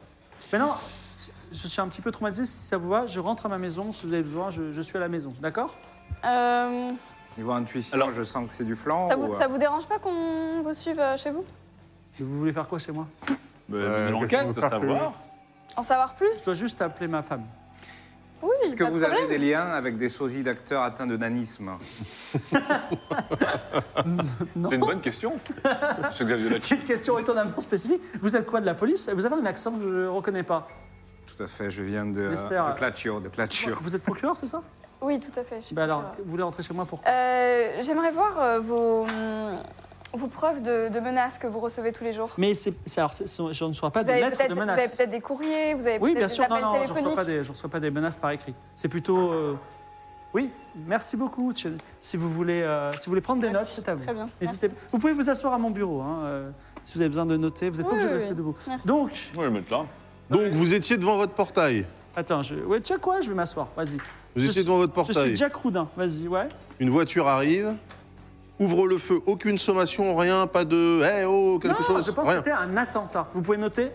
Speaker 1: Maintenant, si- je suis un petit peu traumatisé. Si ça vous va, je rentre à ma maison. Si vous avez besoin, je, je suis à la maison. D'accord
Speaker 4: Euh,
Speaker 5: Niveau intuition,
Speaker 2: Alors-
Speaker 5: je sens que c'est du flanc.
Speaker 4: ça,
Speaker 5: ou,
Speaker 4: vous,
Speaker 5: euh,
Speaker 1: hein.
Speaker 4: ça vous dérange pas qu'on vous suive euh, chez vous
Speaker 1: Vous voulez faire quoi chez moi
Speaker 2: Bah,
Speaker 3: Euh,
Speaker 2: L'enquête,
Speaker 3: qu'est-ce qu'on peut faire
Speaker 2: savoir.
Speaker 4: En savoir
Speaker 1: Je
Speaker 4: plus
Speaker 1: dois juste appeler ma femme.
Speaker 4: Oui,
Speaker 5: Est-ce que
Speaker 4: pas de
Speaker 5: vous
Speaker 4: problème.
Speaker 5: avez des liens avec des sosies d'acteurs atteints de nanisme
Speaker 1: Non.
Speaker 2: C'est une bonne question. Monsieur Xavier Dati.
Speaker 1: C'est une question étonnamment spécifique. Vous êtes quoi de la police Vous avez un accent que je ne reconnais pas.
Speaker 5: Tout à fait, je viens de,
Speaker 1: Lester.
Speaker 5: de Clatio, de
Speaker 4: Euh,
Speaker 5: Clatio.
Speaker 1: Vous êtes procureur, c'est ça
Speaker 4: Oui, tout à fait. je suis
Speaker 1: Bah alors,
Speaker 4: d'accord.
Speaker 1: vous voulez rentrer chez moi pour
Speaker 4: Euh, J'aimerais voir euh, vos, hum, vos preuves de, de menaces que vous recevez tous les jours.
Speaker 1: Mais c'est, c'est- alors, c'est- ce- je ne reçois pas
Speaker 4: Vous
Speaker 1: de
Speaker 4: avez
Speaker 1: lettres
Speaker 4: peut-être
Speaker 1: de
Speaker 4: vous avez
Speaker 1: menaces.
Speaker 4: peut-être des courriers, vous avez
Speaker 1: oui,
Speaker 4: peut-être
Speaker 1: bien
Speaker 4: des
Speaker 1: sûr, non,
Speaker 4: appels
Speaker 1: non, je ne
Speaker 4: téléphoniques.
Speaker 1: reçois, pas des- je reçois pas des menaces par écrit. C'est plutôt. euh, Oui, merci beaucoup. tu- Si vous voulez, euh, si vous voulez prendre des
Speaker 4: Merci,
Speaker 1: notes, c'est à vous.
Speaker 4: Très bien.
Speaker 1: N'hésitez- Vous pouvez vous asseoir à mon bureau hein, euh, si vous avez besoin de noter. Vous n'êtes pas
Speaker 4: Oui,
Speaker 1: obligé de
Speaker 4: oui,
Speaker 1: rester
Speaker 4: oui.
Speaker 1: debout.
Speaker 4: Merci.
Speaker 1: Donc,
Speaker 2: On va le mettre là.
Speaker 3: Donc vous étiez devant votre portail.
Speaker 1: attends, je... ouais, tu sais quoi Je vais m'asseoir. Vas-y.
Speaker 3: Vous
Speaker 1: Je
Speaker 3: étiez
Speaker 1: suis-
Speaker 3: devant votre
Speaker 1: Je suis
Speaker 3: portail.
Speaker 1: Jack Roudin. Vas-y, ouais.
Speaker 3: Une voiture arrive. Ouvre le feu, aucune sommation, rien, pas de. Eh oh, quelque
Speaker 1: non,
Speaker 3: chose.
Speaker 1: je pense que
Speaker 3: rien.
Speaker 1: c'était un attentat. Vous pouvez noter.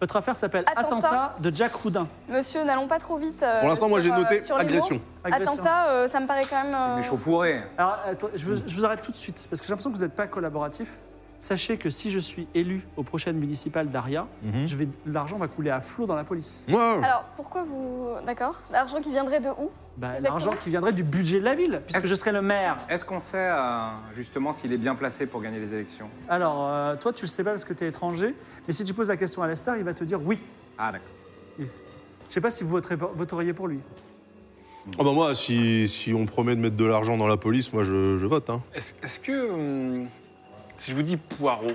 Speaker 1: Votre affaire s'appelle
Speaker 4: Attentat.
Speaker 1: Attentat de Jack Roudin.
Speaker 4: Monsieur, n'allons pas trop vite. euh,
Speaker 3: Pour l'instant, moi
Speaker 4: sur,
Speaker 3: j'ai
Speaker 4: euh,
Speaker 3: noté
Speaker 4: sur les mots.
Speaker 3: agression.
Speaker 1: Agression.
Speaker 4: Attentat, euh, ça me paraît quand même. euh,
Speaker 5: Une échauffourée.
Speaker 1: Alors, attends, je, vous, je vous arrête tout de suite, parce que j'ai l'impression que vous n'êtes pas collaboratif. Sachez que si je suis élu aux prochaines municipales d'Aria,
Speaker 3: Mhm.
Speaker 1: je vais- l'argent va couler à flot dans la police.
Speaker 3: Ouais.
Speaker 4: Alors pourquoi vous. D'accord. L'argent qui viendrait de où
Speaker 1: Bah,
Speaker 4: Exactement.
Speaker 1: l'argent qui viendrait du budget de la ville, puisque
Speaker 5: Est-ce-
Speaker 1: je serai le maire.
Speaker 5: Est-ce qu'on sait euh, justement s'il est bien placé pour gagner les élections
Speaker 1: Alors, euh, toi, tu le sais pas parce que tu es étranger, mais si tu poses la question à Lester, il va te dire oui.
Speaker 5: Ah d'accord.
Speaker 1: Je sais pas si vous voterez- voteriez pour lui.
Speaker 3: Ah bah moi, si, si on promet de mettre de l'argent dans la police, moi je, je vote. Hein.
Speaker 2: Est-ce est-ce que. hum, si je vous dis poireaux.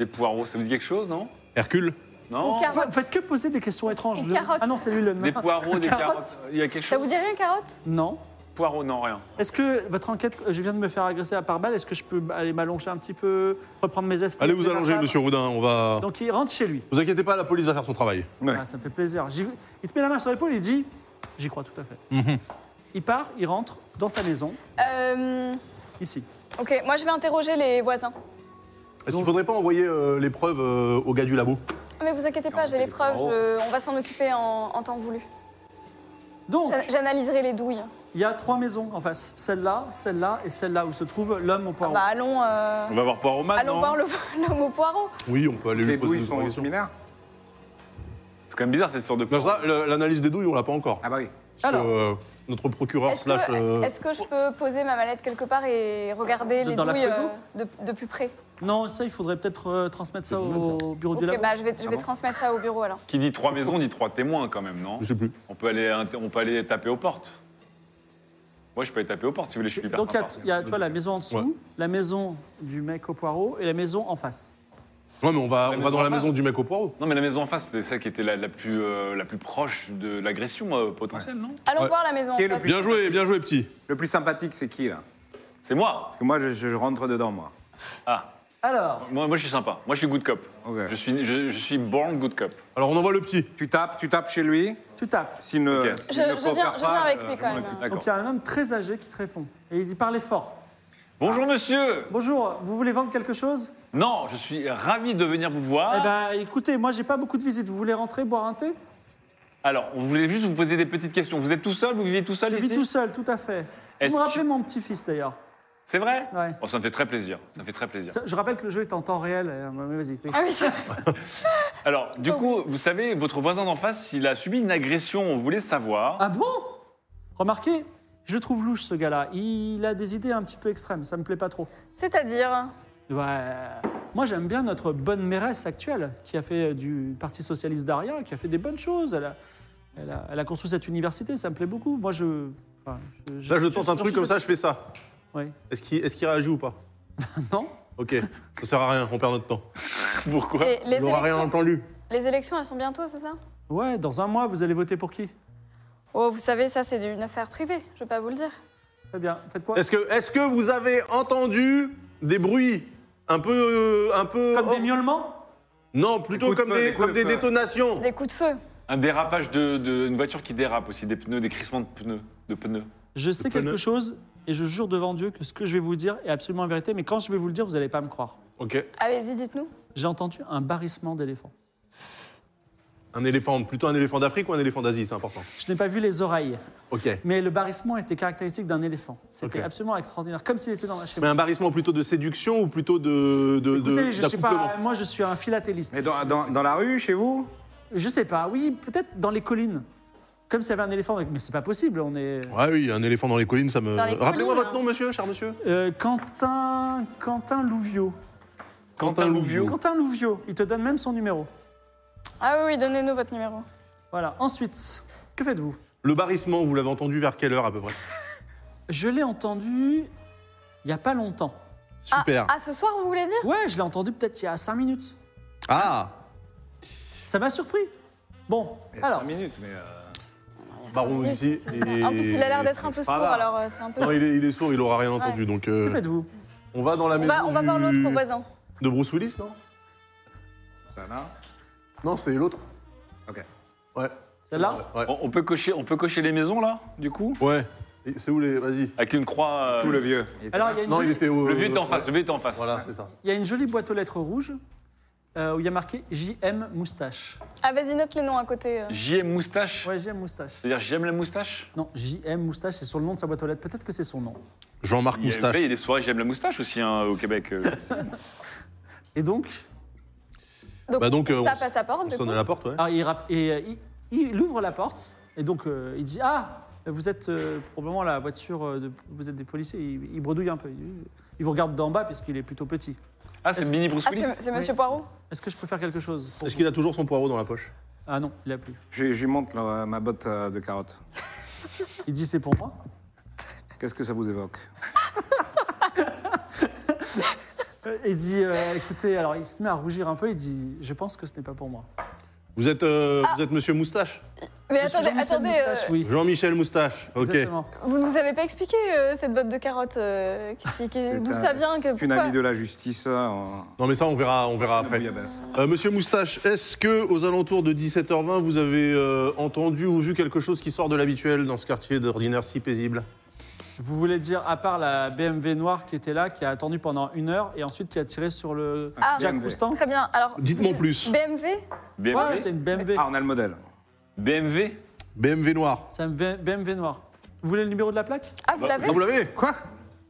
Speaker 2: Les poireaux, ça vous dit quelque chose, non
Speaker 3: Hercule
Speaker 2: Non
Speaker 4: Ou carottes.
Speaker 1: Fa- Faites que poser des questions étranges.
Speaker 4: Ou
Speaker 1: Le-
Speaker 4: carottes.
Speaker 1: Ah non, c'est lui le
Speaker 2: Des
Speaker 1: nom.
Speaker 2: poireaux, des
Speaker 1: Carottes.
Speaker 2: carottes. Il y a quelque
Speaker 4: Ça vous
Speaker 2: chose
Speaker 4: dit rien, carotte
Speaker 1: Non.
Speaker 2: Poireaux, non, rien.
Speaker 1: Est-ce que votre enquête, je viens de me faire agresser à part balle, est-ce que je peux aller m'allonger un petit peu, reprendre mes esprits
Speaker 3: Allez vous
Speaker 1: appeler ma
Speaker 3: allonger,
Speaker 1: femme
Speaker 3: monsieur Roudin, on va.
Speaker 1: Donc il rentre chez lui.
Speaker 3: Vous inquiétez pas, la police va faire son travail.
Speaker 5: Ouais.
Speaker 1: Ah, ça me fait plaisir. J'y- Il te met la main sur l'épaule et il dit J'y crois tout à fait. Il part, il rentre dans sa maison,
Speaker 4: Euh,
Speaker 1: ici.
Speaker 4: Ok, moi je vais interroger les voisins.
Speaker 3: Est-ce
Speaker 1: Donc-
Speaker 3: qu'il faudrait pas envoyer euh, les preuves euh, au gars du labo
Speaker 4: Ah, Mais vous inquiétez pas,
Speaker 5: Non,
Speaker 4: j'ai les
Speaker 5: les
Speaker 4: preuves,
Speaker 5: poireaux.
Speaker 4: je- on va s'en occuper en, en temps voulu.
Speaker 1: Donc,
Speaker 4: J'a- J'analyserai les douilles.
Speaker 1: il y a trois maisons en face celle-là, celle-là et celle-là où se trouve l'homme au
Speaker 4: Ah
Speaker 1: poireau.
Speaker 4: bah allons, euh,
Speaker 2: On va voir poireaux maintenant. hein.
Speaker 4: allons voir le- l'homme au poireau.
Speaker 3: Oui, on peut aller
Speaker 5: Les
Speaker 3: lui poser
Speaker 5: douilles
Speaker 3: des
Speaker 5: sont
Speaker 3: questions.
Speaker 5: similaires
Speaker 2: C'est quand même bizarre cette histoire de
Speaker 3: Non,
Speaker 2: poireaux.
Speaker 3: ça, le- L'analyse des douilles, on l'a pas encore.
Speaker 5: Ah bah oui.
Speaker 3: Parce que,
Speaker 1: Alors.
Speaker 3: euh, notre procureur
Speaker 4: Est-ce que,
Speaker 3: slash. euh,
Speaker 4: est-ce que je peux poser ma mallette quelque part et regarder les
Speaker 1: Dans la
Speaker 4: douilles
Speaker 1: frigo
Speaker 4: euh, de, de plus près
Speaker 1: Non, ça, il faudrait peut-être euh, transmettre ça
Speaker 3: bon,
Speaker 1: au bureau du
Speaker 4: bah. Ok,
Speaker 1: labo.
Speaker 4: bah, je vais, je
Speaker 5: Ah
Speaker 4: vais
Speaker 5: bon
Speaker 4: transmettre ça au bureau alors.
Speaker 2: Qui dit trois maisons dit trois témoins quand même, non
Speaker 3: Je sais plus.
Speaker 2: on peut, aller, inter- on peut aller taper aux portes. Moi, je peux aller taper aux portes si vous voulez, je suis hyper
Speaker 1: Donc il y a,
Speaker 2: sympa.
Speaker 1: il y a, tu vois, la maison en dessous,
Speaker 3: Ouais.
Speaker 1: la maison du mec au poireau et la maison en face.
Speaker 3: Ouais, mais on va,
Speaker 2: La
Speaker 3: on va
Speaker 2: maison
Speaker 3: dans
Speaker 2: en
Speaker 3: la
Speaker 2: face.
Speaker 3: maison du mec au poireau.
Speaker 2: Non, mais la maison en face, c'était celle qui était la, la plus, euh, la plus proche de l'agression euh, potentielle, non
Speaker 4: Allons
Speaker 3: Ouais.
Speaker 4: voir la maison en
Speaker 5: Qui est le
Speaker 4: face.
Speaker 5: plus-
Speaker 3: Bien joué, bien joué, petit.
Speaker 5: Le plus sympathique, c'est qui, là
Speaker 2: C'est moi
Speaker 5: Parce que moi, je, je rentre dedans, moi.
Speaker 2: Ah,
Speaker 1: Alors,
Speaker 2: moi, moi, je suis sympa. Moi, je suis good cop.
Speaker 5: Ok.
Speaker 2: Je, suis, je, je suis born good cop.
Speaker 3: Alors, on envoie le petit.
Speaker 5: Tu tapes, tu tapes chez lui.
Speaker 1: tu tapes.
Speaker 5: S'il ne,
Speaker 2: Ok.
Speaker 5: s'il
Speaker 4: Je-
Speaker 5: ne
Speaker 4: je viens-
Speaker 5: coopère
Speaker 4: je
Speaker 5: pas,
Speaker 4: viens avec
Speaker 5: je-
Speaker 4: lui,
Speaker 5: je
Speaker 4: quand
Speaker 5: m'en
Speaker 4: même,
Speaker 5: occupe.
Speaker 4: hein.
Speaker 2: D'accord.
Speaker 1: Donc il y a un homme très âgé qui te répond. Et il dit parlez fort.
Speaker 2: Bonjour, monsieur
Speaker 1: Bonjour, vous voulez vendre quelque chose
Speaker 2: Non, je suis ravi de venir vous voir.
Speaker 1: Eh ben écoutez, moi j'ai pas beaucoup de visites. Vous voulez rentrer, boire un thé
Speaker 2: Alors, on voulait juste vous poser des petites questions. Vous êtes tout seul Vous vivez tout seul
Speaker 1: Je
Speaker 2: ici
Speaker 1: vis tout seul, tout à fait.
Speaker 2: Est-ce
Speaker 1: Vous me
Speaker 2: que-
Speaker 1: rappelez mon petit-fils d'ailleurs
Speaker 2: C'est vrai
Speaker 1: Ouais.
Speaker 3: Oh,
Speaker 2: Bon, Oh, Ça me fait très plaisir. Ça me fait très plaisir.
Speaker 1: Ça- Je rappelle que le jeu est en temps réel. euh, mais vas-y. oui.
Speaker 4: Ah oui, c'est
Speaker 2: Alors, du
Speaker 1: Oh.
Speaker 2: coup, vous savez, votre voisin d'en face, il a subi une agression. On voulait savoir.
Speaker 1: Ah bon Remarquez, je le trouve louche ce gars-là. Il a des idées un petit peu extrêmes, ça me plaît pas trop.
Speaker 4: C'est-à-dire
Speaker 1: Ouais. Moi, j'aime bien notre bonne mairesse actuelle, qui a fait euh, du Parti Socialiste d'Aria, qui a fait des bonnes choses. Elle a, elle a- elle a construit cette université, ça me plaît beaucoup. Moi, je. enfin,
Speaker 3: Là, je tente un truc comme ça, je fais ça.
Speaker 1: Ouais.
Speaker 3: Est-ce qu'il est-ce qu'il réagit ou pas
Speaker 1: Non
Speaker 3: Ok, ça sert à rien, on perd notre temps.
Speaker 2: Pourquoi
Speaker 4: Et les
Speaker 3: Il n'aura rien
Speaker 4: élections,
Speaker 3: entendu.
Speaker 4: les élections, elles sont bientôt, c'est ça
Speaker 1: Ouais, dans un mois, vous allez voter pour qui
Speaker 4: Oh, vous savez, ça, c'est une affaire privée, je vais pas vous le dire.
Speaker 1: Très bien, faites quoi
Speaker 3: Est-ce que, est que vous avez entendu des bruits un peu. euh, Un peu
Speaker 1: Comme
Speaker 3: oh,
Speaker 1: des miaulements
Speaker 3: Non,
Speaker 5: Des
Speaker 3: plutôt
Speaker 5: coups de
Speaker 3: comme,
Speaker 5: feu,
Speaker 3: des,
Speaker 5: des coups
Speaker 3: comme
Speaker 5: de
Speaker 3: des
Speaker 5: feu.
Speaker 3: détonations.
Speaker 4: Des coups de feu.
Speaker 2: Un dérapage de, de- une voiture qui dérape aussi, des pneus, des crissements de pneus, de pneus.
Speaker 1: Je sais
Speaker 3: Le
Speaker 1: quelque
Speaker 3: pneu.
Speaker 1: chose, et je jure devant Dieu que ce que je vais vous dire est absolument la vérité, mais quand je vais vous le dire, vous n'allez pas me croire.
Speaker 3: Ok,
Speaker 4: Allez-y, dites-nous.
Speaker 1: J'ai entendu un barrissement d'éléphant.
Speaker 3: un éléphant, plutôt un éléphant d'Afrique ou un éléphant d'Asie, c'est important.
Speaker 1: Je n'ai pas vu les oreilles,
Speaker 3: Ok.
Speaker 1: mais le barrissement était caractéristique d'un éléphant. C'était
Speaker 3: Ok.
Speaker 1: absolument extraordinaire, comme s'il était dans ma chez
Speaker 3: Mais un barrissement plutôt de séduction ou plutôt de. de, de-
Speaker 1: Écoutez, je suis
Speaker 3: d'accouplement
Speaker 1: pas, moi je suis un philatéliste.
Speaker 5: Mais dans, dans- dans la rue, chez vous
Speaker 1: Je sais pas, oui, peut-être dans les collines. Comme s'il y avait un éléphant, mais c'est pas possible, on est...
Speaker 3: Ouais, oui, un éléphant dans les collines, ça me.
Speaker 4: Dans les
Speaker 3: Rappelez-moi
Speaker 4: collines,
Speaker 3: votre nom, monsieur, cher monsieur.
Speaker 1: Euh, Quentin... Quentin Louvio.
Speaker 2: Quentin Louvio.
Speaker 1: Quentin Louvio, il te donne même son numéro.
Speaker 4: Ah oui, oui, donnez-nous votre numéro.
Speaker 1: Voilà, ensuite, que faites-vous
Speaker 3: Le barrissement, vous l'avez entendu vers quelle heure à peu près
Speaker 1: Je l'ai entendu il y a pas longtemps.
Speaker 4: Ah,
Speaker 3: Super.
Speaker 4: Ah, ce soir, vous voulez dire
Speaker 1: Ouais, je l'ai entendu peut-être il y a cinq minutes.
Speaker 3: Ah,
Speaker 1: Ça m'a surpris. Bon, alors,
Speaker 5: 5 minutes, mais. euh,
Speaker 4: Il y a cinq
Speaker 3: Baron
Speaker 4: minutes,
Speaker 3: ici.
Speaker 4: c'est
Speaker 3: et-
Speaker 4: ça. En plus, il a l'air d'être un peu
Speaker 3: Ah,
Speaker 4: sourd,
Speaker 3: bah.
Speaker 4: alors euh, c'est un peu.
Speaker 3: Non, il est, il est sourd, il aura rien entendu. Donc, euh,
Speaker 1: que faites-vous
Speaker 3: on va dans la
Speaker 4: On
Speaker 3: maison.
Speaker 4: va, on va voir
Speaker 3: du-
Speaker 4: l'autre voisin.
Speaker 3: De Bruce Willis, non
Speaker 5: ça va
Speaker 3: Non, c'est l'autre.
Speaker 5: Ok.
Speaker 3: Ouais.
Speaker 1: Celle-là
Speaker 3: Ouais.
Speaker 2: On, on peut cocher, on peut cocher les maisons là, du coup,
Speaker 3: Ouais. Et C'est où les. Vas-y.
Speaker 2: avec une croix. euh,
Speaker 5: Tout le vieux. Il était
Speaker 1: Alors,
Speaker 5: là.
Speaker 1: il y, a une
Speaker 3: Non, il
Speaker 1: jolie,
Speaker 3: était au.
Speaker 2: le vieux est en face. Le vieux est en face.
Speaker 3: Voilà, c'est ça.
Speaker 1: il y a une jolie boîte aux lettres rouges euh, où il y a marqué JM Moustache.
Speaker 4: Ah, vas-y, note les noms à côté. euh.
Speaker 2: JM moustache.
Speaker 1: Ouais, JM Moustache.
Speaker 2: C'est-à-dire j'aime la moustache.
Speaker 1: Non, JM Moustache, c'est sur le nom de sa boîte aux lettres. Peut-être que c'est son nom.
Speaker 3: Jean-Marc
Speaker 2: Il y, a,
Speaker 3: Moustache.
Speaker 2: il y a des soirées j'aime la moustache aussi hein, au Québec. euh, je sais.
Speaker 1: Et donc,
Speaker 4: Donc,
Speaker 3: Bah donc, euh,
Speaker 4: on
Speaker 3: on
Speaker 4: tape
Speaker 3: s-
Speaker 4: à sa porte,
Speaker 3: On
Speaker 4: du
Speaker 3: sonne
Speaker 4: coup. Ah.
Speaker 3: à la porte, ouais.
Speaker 1: alors, il, rap- et, euh, il- il ouvre la porte et donc euh, il dit Ah, vous êtes euh, probablement la voiture, euh, de, vous êtes des policiers. Il, il bredouille un peu. Il, il vous regarde d'en bas puisqu'il est plutôt petit.
Speaker 2: Ah, c'est le mini Bruce
Speaker 4: Ah,
Speaker 2: Willis.
Speaker 4: c'est c'est Monsieur Poirot
Speaker 1: Est-ce que je peux faire quelque chose pour
Speaker 3: Est-ce
Speaker 1: vous
Speaker 3: qu'il a toujours son poireau dans la poche
Speaker 1: Ah non, il a plus.
Speaker 5: Je, je lui montre là, ma botte euh, de carottes.
Speaker 1: Il dit C'est pour moi.
Speaker 5: Qu'est-ce que ça vous évoque
Speaker 1: Euh, Il dit euh, Écoutez, alors il se met à rougir un peu. Il dit Je pense que ce n'est pas pour moi.
Speaker 3: Vous êtes, euh,
Speaker 4: Ah.
Speaker 3: vous êtes monsieur Moustache
Speaker 4: Mais
Speaker 1: Je suis
Speaker 4: attendez,
Speaker 1: Jean-Michel
Speaker 4: attendez. euh,
Speaker 1: Moustache, oui.
Speaker 3: Jean-Michel Moustache, ok.
Speaker 1: Exactement.
Speaker 4: Vous nous avez pas expliqué euh, cette botte de carottes, euh, qui- qui-
Speaker 5: C'est
Speaker 4: d'où
Speaker 5: un-
Speaker 4: ça vient que,
Speaker 5: Une amie
Speaker 4: pourquoi
Speaker 5: de la justice. euh, en-
Speaker 3: Non, mais ça, on verra, on
Speaker 2: Ah,
Speaker 3: verra après.
Speaker 5: bouillabaisse.
Speaker 3: Euh, monsieur Moustache, est-ce que aux alentours de 17h20, vous avez euh, entendu ou vu quelque chose qui sort de l'habituel dans ce quartier d'ordinaire si paisible
Speaker 1: Vous voulez dire, à part la BMW noire qui était là, qui a attendu pendant une heure et ensuite qui a tiré sur le
Speaker 4: Ah,
Speaker 1: Jacques
Speaker 5: BMW.
Speaker 1: Roustan
Speaker 4: Très bien, alors. euh,
Speaker 3: Dites-moi plus.
Speaker 4: BMW
Speaker 2: BMW.
Speaker 1: Ouais, c'est une BMW.
Speaker 5: Ah, on a le modèle.
Speaker 2: BMW.
Speaker 3: BMW noir.
Speaker 1: C'est un V- BMW noir. Vous voulez le numéro de la plaque
Speaker 4: Ah, vous
Speaker 2: Bah,
Speaker 4: l'avez
Speaker 3: Ah, vous l'avez
Speaker 5: Quoi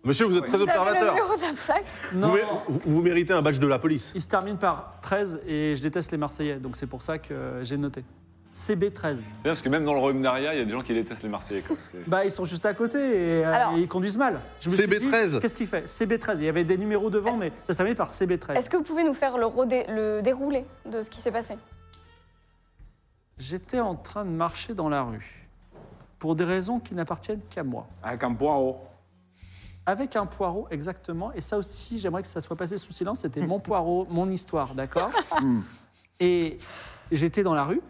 Speaker 3: Monsieur, vous êtes très
Speaker 4: Vous avez le
Speaker 3: observateur.
Speaker 4: numéro de la plaque
Speaker 3: Vous,
Speaker 1: Non.
Speaker 3: mé- vous- vous méritez un badge de la police.
Speaker 1: Il se termine par 13 et je déteste les Marseillais, donc c'est pour ça que euh, j'ai noté. CB13.
Speaker 2: C'est bien parce que même dans le royaume d'Aria, il y a des gens qui détestent les Marseillais. quoi. C'est-
Speaker 1: Bah, ils sont juste à côté et, euh,
Speaker 4: Alors-
Speaker 1: et ils conduisent mal. Je me suis dit,
Speaker 3: CB13.
Speaker 1: Qu'est-ce qu'il fait CB13. Il y avait des numéros devant, mais ça se termine par CB13.
Speaker 4: Euh, Est-ce que vous pouvez nous faire le, rodé- le déroulé de ce qui s'est passé
Speaker 1: J'étais en train de marcher dans la rue. pour des raisons qui n'appartiennent qu'à moi.
Speaker 5: Avec un poireau.
Speaker 1: Avec un poireau, exactement. Et ça aussi, j'aimerais que ça soit passé sous silence. C'était mon poireau, mon histoire, d'accord
Speaker 5: Hmm.
Speaker 1: Et j'étais dans la rue.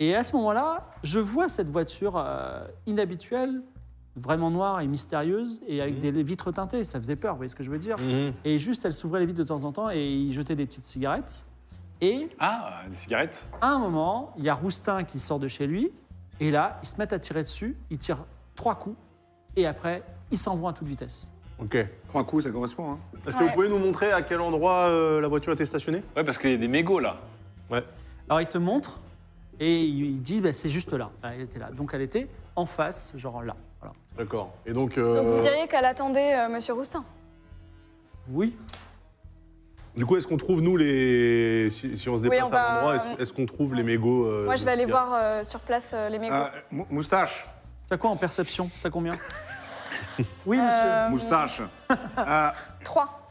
Speaker 1: Et à ce moment-là, je vois cette voiture euh, inhabituelle, vraiment noire et mystérieuse, et
Speaker 4: Hmm.
Speaker 1: avec des vitres teintées. Ça faisait peur, vous voyez ce que je veux dire
Speaker 3: Mhm.
Speaker 1: Et juste, elle s'ouvrait les vitres de temps en temps et il jetait des petites cigarettes. Et
Speaker 2: Ah, des cigarettes
Speaker 1: à un moment, il y a Roustin qui sort de chez lui, et là, ils se mettent à tirer dessus, ils tirent trois coups, et après, ils s'en vont à toute vitesse.
Speaker 3: Ok. Est-ce
Speaker 5: Trois coups, ça correspond. Hein.
Speaker 3: que
Speaker 4: Ah Ouais.
Speaker 3: vous pouvez nous montrer à quel endroit euh, la voiture était stationnée
Speaker 2: Ouais, parce qu'il y a des mégots là.
Speaker 1: Alors, ils te montrent, et ils disent, Bah, c'est juste là. Elle était là. Donc, elle était en face, genre là. Voilà.
Speaker 3: D'accord. Et donc.
Speaker 4: Donc
Speaker 3: euh,
Speaker 4: vous diriez qu'elle attendait euh, Monsieur Roustin.
Speaker 1: Oui,
Speaker 3: Du coup, est-ce qu'on trouve, nous, les. Si, si on se
Speaker 4: Oui,
Speaker 3: déplace
Speaker 4: on
Speaker 3: à un
Speaker 4: va-
Speaker 3: endroit, est-ce- est-ce qu'on trouve les mégots euh,
Speaker 4: Moi, je
Speaker 3: de
Speaker 4: vais aller
Speaker 3: cigarettes
Speaker 4: voir euh, sur place euh, les mégots.
Speaker 5: Euh, mou- moustache.
Speaker 1: t'as quoi en perception T'as combien Oui, monsieur.
Speaker 4: Euh,
Speaker 5: Moustache. Euh,
Speaker 4: Trois.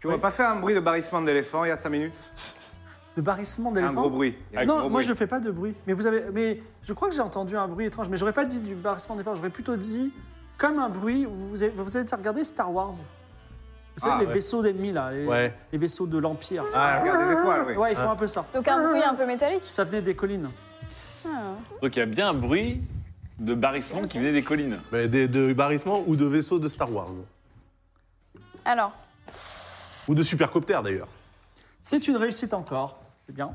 Speaker 5: tu aurais pas fait un bruit de barrissement d'éléphant il y a cinq minutes
Speaker 1: Le barrissement
Speaker 5: Un
Speaker 1: d'éléphant
Speaker 5: gros bruit. Il y a un
Speaker 1: Non,
Speaker 5: gros
Speaker 1: moi
Speaker 5: bruit.
Speaker 1: je fais pas de bruit. Mais vous avez, mais je crois que j'ai entendu un bruit étrange. Mais j'aurais pas dit du barrissement d'éléphant. J'aurais plutôt dit comme un bruit. Vous avez, vous avez déjà regardé Star Wars Vous savez
Speaker 5: Ah,
Speaker 1: les
Speaker 5: ouais.
Speaker 1: vaisseaux d'ennemis là, les,
Speaker 3: Ouais.
Speaker 1: les vaisseaux de l'Empire.
Speaker 5: Ah, regarde des étoiles, oui. Ah.
Speaker 1: Ouais, ils font un peu ça.
Speaker 4: Donc un bruit un peu métallique.
Speaker 1: Ça venait des collines.
Speaker 4: Ah.
Speaker 2: Donc il y a bien un bruit de barrissement qui venait des collines.
Speaker 3: Mais Ben, des, de barrissements ou de vaisseaux de Star Wars
Speaker 4: Alors,
Speaker 3: Ou de supercoptères, d'ailleurs.
Speaker 1: C'est une réussite encore. C'est bien.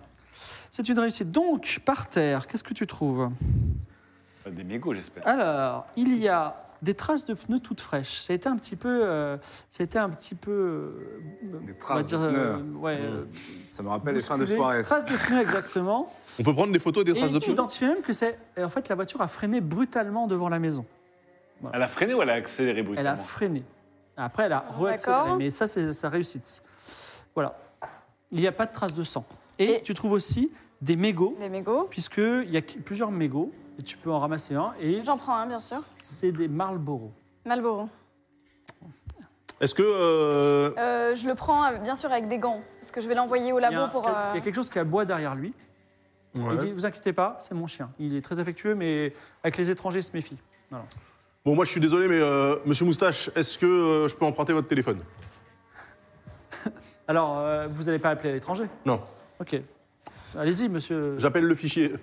Speaker 1: C'est une réussite. Donc par terre, qu'est-ce que tu trouves
Speaker 2: Pas Des mégots, j'espère.
Speaker 5: Ah.
Speaker 1: Alors, il y a des traces de pneus toutes fraîches. Ça a été un petit peu, euh, ça a été un petit peu, euh, on va
Speaker 5: traces de
Speaker 1: euh,
Speaker 5: pneus. Mmh.
Speaker 1: ouais, euh,
Speaker 5: Ça me rappelle les fins de
Speaker 1: bousculé.
Speaker 5: soirée. ça.
Speaker 1: Traces de pneus, exactement.
Speaker 3: On peut prendre des photos des traces
Speaker 1: Et
Speaker 3: de
Speaker 1: tu
Speaker 3: pneus
Speaker 1: identifies même que c'est. et En fait, la voiture a freiné brutalement devant la maison.
Speaker 2: Elle a freiné ou elle a
Speaker 1: Elle
Speaker 2: accéléré
Speaker 1: a
Speaker 2: brutalement
Speaker 1: freiné. Après, elle a
Speaker 4: Ah, D'accord.
Speaker 1: re-accéléré. Mais ça, c'est sa réussite. Voilà. Il n'y a pas de traces de sang. Et,
Speaker 4: Et-
Speaker 1: tu trouves aussi des mégots,
Speaker 4: des mégots.
Speaker 1: puisqu'il y a qui- plusieurs mégots. Et tu peux en ramasser un. Et
Speaker 4: J'en prends un, bien sûr.
Speaker 1: c'est des Marlboro.
Speaker 4: Malboro.
Speaker 3: Est-ce que. euh,
Speaker 4: Euh, je le prends euh, bien sûr avec des gants, parce que je vais l'envoyer au
Speaker 1: Il y, a
Speaker 4: labo
Speaker 1: un-
Speaker 4: pour.
Speaker 1: quel-
Speaker 4: euh,
Speaker 1: il y a quelque chose qui aboie derrière lui.
Speaker 3: ouais.
Speaker 1: Il dit, vous inquiétez pas, c'est mon chien. Il est très affectueux, mais avec les étrangers, il se méfie.
Speaker 3: Bon, moi, je suis désolé, mais euh, monsieur Moustache, est-ce que euh, je peux emprunter votre téléphone
Speaker 1: Alors, euh, vous n'allez pas appeler à l'étranger
Speaker 3: Non.
Speaker 1: Ok. Allez-y, monsieur.
Speaker 3: J'appelle le fichier.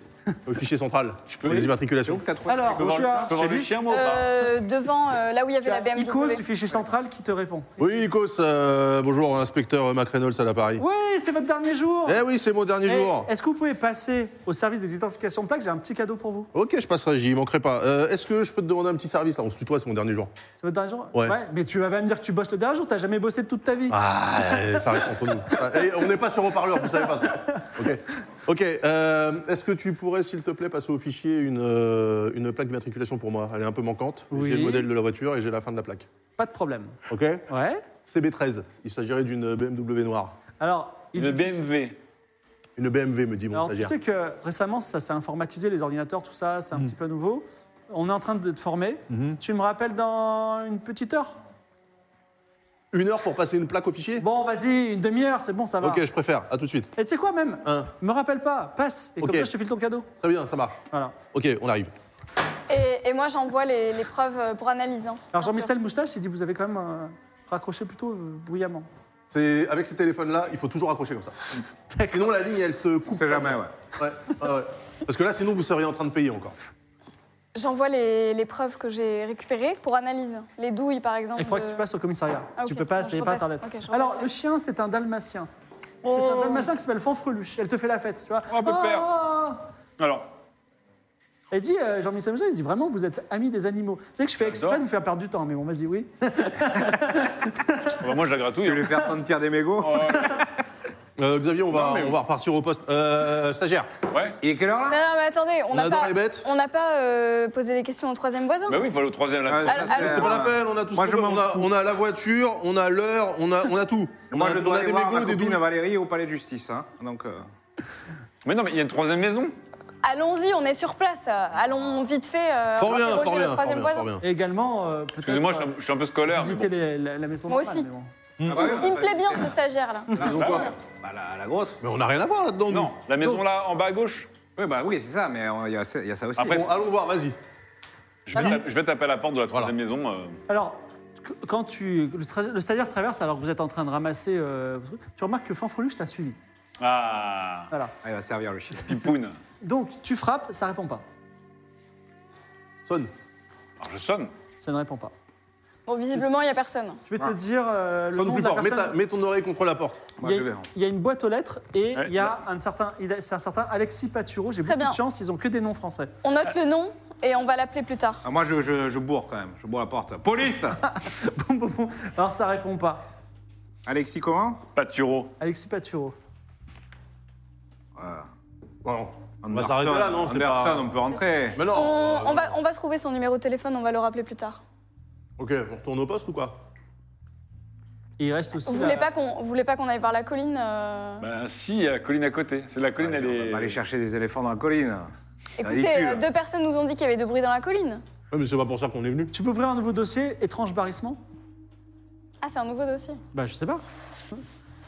Speaker 3: Le fichier central.
Speaker 2: Je peux,
Speaker 3: Les
Speaker 2: je
Speaker 3: immatriculations.
Speaker 5: Donc t'as trouvé.
Speaker 1: Alors,
Speaker 2: peux voir,
Speaker 1: tu as-
Speaker 2: je peux voir
Speaker 1: chez
Speaker 2: le
Speaker 1: lui,
Speaker 2: chien, moi, ou pas
Speaker 4: euh, devant euh, là où il y avait
Speaker 1: tu as
Speaker 4: la BMW.
Speaker 1: Icos du fichier central qui te répond.
Speaker 3: Oui, Icos, euh, bonjour, inspecteur McReynolds à l'appareil.
Speaker 1: Oui, c'est votre dernier jour.
Speaker 3: Eh oui, c'est mon dernier
Speaker 1: Eh,
Speaker 3: jour.
Speaker 1: Est-ce que vous pouvez passer au service des identifications de plaques J'ai un petit cadeau pour vous.
Speaker 3: Ok, je passerai, j'y manquerai pas. Euh, est-ce que je peux te demander un petit service là On se tutoie, c'est mon dernier jour.
Speaker 1: C'est votre dernier jour
Speaker 3: Ouais.
Speaker 1: Mais tu vas pas me dire que tu bosses le dernier jour, t'as jamais bossé de toute ta vie.
Speaker 3: Ah, euh, ça reste entre nous. Ah, et on n'est pas sur haut-parleur, vous savez pas ça. Ok. Ok, euh, est-ce que tu pourrais, s'il te plaît, passer au fichier une, euh, une plaque d'immatriculation pour moi Elle est un peu manquante.
Speaker 1: Oui.
Speaker 3: J'ai le modèle de la voiture et j'ai la fin de la plaque.
Speaker 1: Pas de problème.
Speaker 3: Ok
Speaker 1: Ouais.
Speaker 3: CB13. Il s'agirait d'une BMW noire.
Speaker 1: Alors, il
Speaker 2: Le
Speaker 1: dit-
Speaker 2: BMW.
Speaker 3: Une BMW, me dit mon
Speaker 1: Alors, tu
Speaker 3: stagiaire.
Speaker 1: sais que récemment, ça s'est informatisé, les ordinateurs, tout ça,
Speaker 3: Mm.
Speaker 1: c'est un petit peu nouveau. On est en train de te former.
Speaker 3: Mm-hmm.
Speaker 1: Tu me rappelles dans une petite heure
Speaker 3: Une heure pour passer une plaque au fichier
Speaker 1: Bon, vas-y, une demi-heure, c'est bon, ça va.
Speaker 3: Ok, je préfère. À tout de suite.
Speaker 1: Et tu sais quoi, même
Speaker 3: Un.
Speaker 1: Me rappelle pas, passe, et
Speaker 3: Ok.
Speaker 1: comme ça, je te file ton cadeau.
Speaker 3: Très bien, ça marche.
Speaker 1: Voilà.
Speaker 3: Ok, on arrive.
Speaker 4: Et, et moi, j'envoie les, les preuves euh, pour analyse. hein, bien
Speaker 1: Alors
Speaker 4: sûr.
Speaker 1: Jean-Michel Moustache, il dit vous avez quand même euh, raccroché plutôt euh, bruyamment.
Speaker 3: C'est avec ces téléphones-là, il faut toujours accrocher comme ça. Sinon la ligne, elle se
Speaker 5: On
Speaker 3: coupe.
Speaker 5: sait jamais, ouais.
Speaker 3: Ouais, ouais, ouais. Parce que là, sinon, vous seriez en train de payer encore.
Speaker 4: J'envoie les, les preuves que j'ai récupérées pour analyse. Les douilles, par exemple.
Speaker 1: Il faudra que
Speaker 4: de-
Speaker 1: tu passes au commissariat.
Speaker 4: Ah,
Speaker 1: Si Tu
Speaker 4: ok.
Speaker 1: peux pas,
Speaker 4: Non, je
Speaker 1: c'est pas
Speaker 4: repasse.
Speaker 1: internet.
Speaker 4: Ok, je repasse. Oh.
Speaker 1: Alors le chien, c'est un dalmatien. C'est un dalmatien qui s'appelle Fanfreluche. Elle te fait la fête, tu vois.
Speaker 2: Oh, un peu peur.
Speaker 1: Ah
Speaker 2: Alors,
Speaker 1: Elle dit euh, Jean-Michel Moustache, il dit vraiment vous êtes ami des animaux. Tu sais que je fais exprès de vous faire perdre du temps, mais bon, vas-y, oui.
Speaker 2: bah, moi, je la gratouille.
Speaker 5: Tu veux lui
Speaker 2: hein.
Speaker 5: faire sentir des mégots
Speaker 2: Oh,
Speaker 3: Euh, Xavier, on va,
Speaker 2: Non, mais-
Speaker 3: on va repartir au poste. Euh, stagiaire,
Speaker 2: ouais.
Speaker 5: Il est quelle heure
Speaker 4: Non,
Speaker 5: là
Speaker 4: non, mais attendez, on
Speaker 3: on,
Speaker 4: n'a
Speaker 3: adore
Speaker 4: pas,
Speaker 3: les bêtes.
Speaker 4: on n'a pas euh, posé des questions au troisième voisin.
Speaker 2: Bah oui, il faut aller au troisième.
Speaker 5: Ah,
Speaker 2: Là.
Speaker 5: ça, c'est-
Speaker 4: alors-
Speaker 3: C'est pas la peine, on a tout ce
Speaker 5: Moi,
Speaker 3: qu'on
Speaker 5: je
Speaker 3: veut.
Speaker 5: m'en
Speaker 3: on, a,
Speaker 5: fous.
Speaker 3: on a la voiture, on a l'heure, on a, on a tout. On
Speaker 5: Moi,
Speaker 3: a,
Speaker 5: je
Speaker 3: on
Speaker 5: dois
Speaker 3: a
Speaker 5: aller
Speaker 3: des
Speaker 5: voir ma
Speaker 3: mégots, des
Speaker 5: copine
Speaker 3: douilles.
Speaker 5: Valérie au palais de justice. Hein. Donc, euh,
Speaker 2: Mais non, mais il y a une troisième maison.
Speaker 4: Allons-y, on est sur place. euh, Allons vite fait. euh,
Speaker 3: Fort bien,
Speaker 4: interroger
Speaker 3: fort
Speaker 4: le
Speaker 3: bien, fort
Speaker 4: troisième
Speaker 3: bien, fort
Speaker 4: voisin.
Speaker 3: bien.
Speaker 1: Et également, euh, peut-être
Speaker 2: Excusez-moi, je suis
Speaker 1: euh,
Speaker 2: un- je suis un peu scolaire. mais
Speaker 1: visiter les- la, la maison
Speaker 4: Moi
Speaker 1: centrale,
Speaker 4: aussi.
Speaker 1: mais bon.
Speaker 5: ah bah oui, on a
Speaker 4: Mm. Il me
Speaker 5: pas
Speaker 4: plaît
Speaker 5: dit-
Speaker 4: bien ce stagiaire là.
Speaker 1: Ah.
Speaker 3: Ils ont quoi
Speaker 5: Bah, la, la grosse.
Speaker 3: Mais on n'a rien à voir là-dedans. nous.
Speaker 2: bon. Non, la maison là, en bas à gauche.
Speaker 5: Oui, bah oui, c'est ça, mais euh, il y, a ça- il y a ça aussi. Ah,
Speaker 2: Après,
Speaker 3: Bon, allons voir, vas-y.
Speaker 2: Je vais,
Speaker 1: Alors-
Speaker 2: taper- je vais taper à la porte de la troisième maison. euh,
Speaker 1: Alors, qu- quand tu, le, tra- le stagiaire traverse alors que vous êtes en train de ramasser euh, vos trucs, tu remarques que Fanfreluche t'a suivi.
Speaker 2: Ah,
Speaker 1: Voilà.
Speaker 5: Ah, il va servir le chien.
Speaker 2: Pipoun.
Speaker 1: Donc, tu frappes, ça répond pas.
Speaker 3: Sonne.
Speaker 2: Alors je sonne.
Speaker 1: Ça ne répond pas.
Speaker 4: Bon, visiblement, il n'y a personne.
Speaker 1: Je vais te dire euh, le
Speaker 3: Sonne
Speaker 1: nom
Speaker 3: plus
Speaker 1: de la
Speaker 3: fort. Mets, ta-
Speaker 1: personne.
Speaker 3: mets ton oreille contre la porte.
Speaker 5: Moi,
Speaker 1: il, y
Speaker 5: je vais.
Speaker 1: a, il y a une boîte aux lettres et
Speaker 2: Ouais,
Speaker 1: il y a un certain, il a- c'est un certain Alexis Paturo. J'ai
Speaker 4: Très
Speaker 1: beaucoup
Speaker 4: bien.
Speaker 1: de chance, ils ont que des noms français.
Speaker 4: On note le nom et on va l'appeler plus tard.
Speaker 5: Ah, moi, je, je- je bourre quand même. Je bourre la porte. Police
Speaker 1: Boum, boum, boum. Alors ça répond pas.
Speaker 5: Alexis, comment
Speaker 2: Paturo.
Speaker 1: Alexis Paturo.
Speaker 5: Euh,
Speaker 3: Voilà.
Speaker 5: On
Speaker 3: va s'arrêter là, non, c'est
Speaker 5: Anderson,
Speaker 3: pas-
Speaker 5: on peut rentrer.
Speaker 3: Mais non.
Speaker 4: On,
Speaker 3: euh,
Speaker 4: on va, on va trouver son numéro de téléphone, on va le rappeler plus tard.
Speaker 3: Ok, on retourne au poste ou quoi
Speaker 1: Et il reste aussi.
Speaker 4: Vous
Speaker 1: la-
Speaker 4: voulez pas qu'on vous voulez pas qu'on aille voir la colline euh,
Speaker 2: Ben si, il y a la colline à côté. C'est la colline,
Speaker 5: Allez,
Speaker 2: elle
Speaker 5: on va
Speaker 2: est.
Speaker 5: pas aller chercher des éléphants dans la colline.
Speaker 4: Écoutez,
Speaker 5: ridicule.
Speaker 4: euh, deux personnes nous ont dit qu'il y avait du bruit dans la colline.
Speaker 3: Ouais, mais c'est pas pour ça qu'on est venu.
Speaker 1: Tu peux ouvrir un nouveau dossier, étrange barrissement
Speaker 4: Ah, c'est un nouveau dossier.
Speaker 1: Bah je sais pas.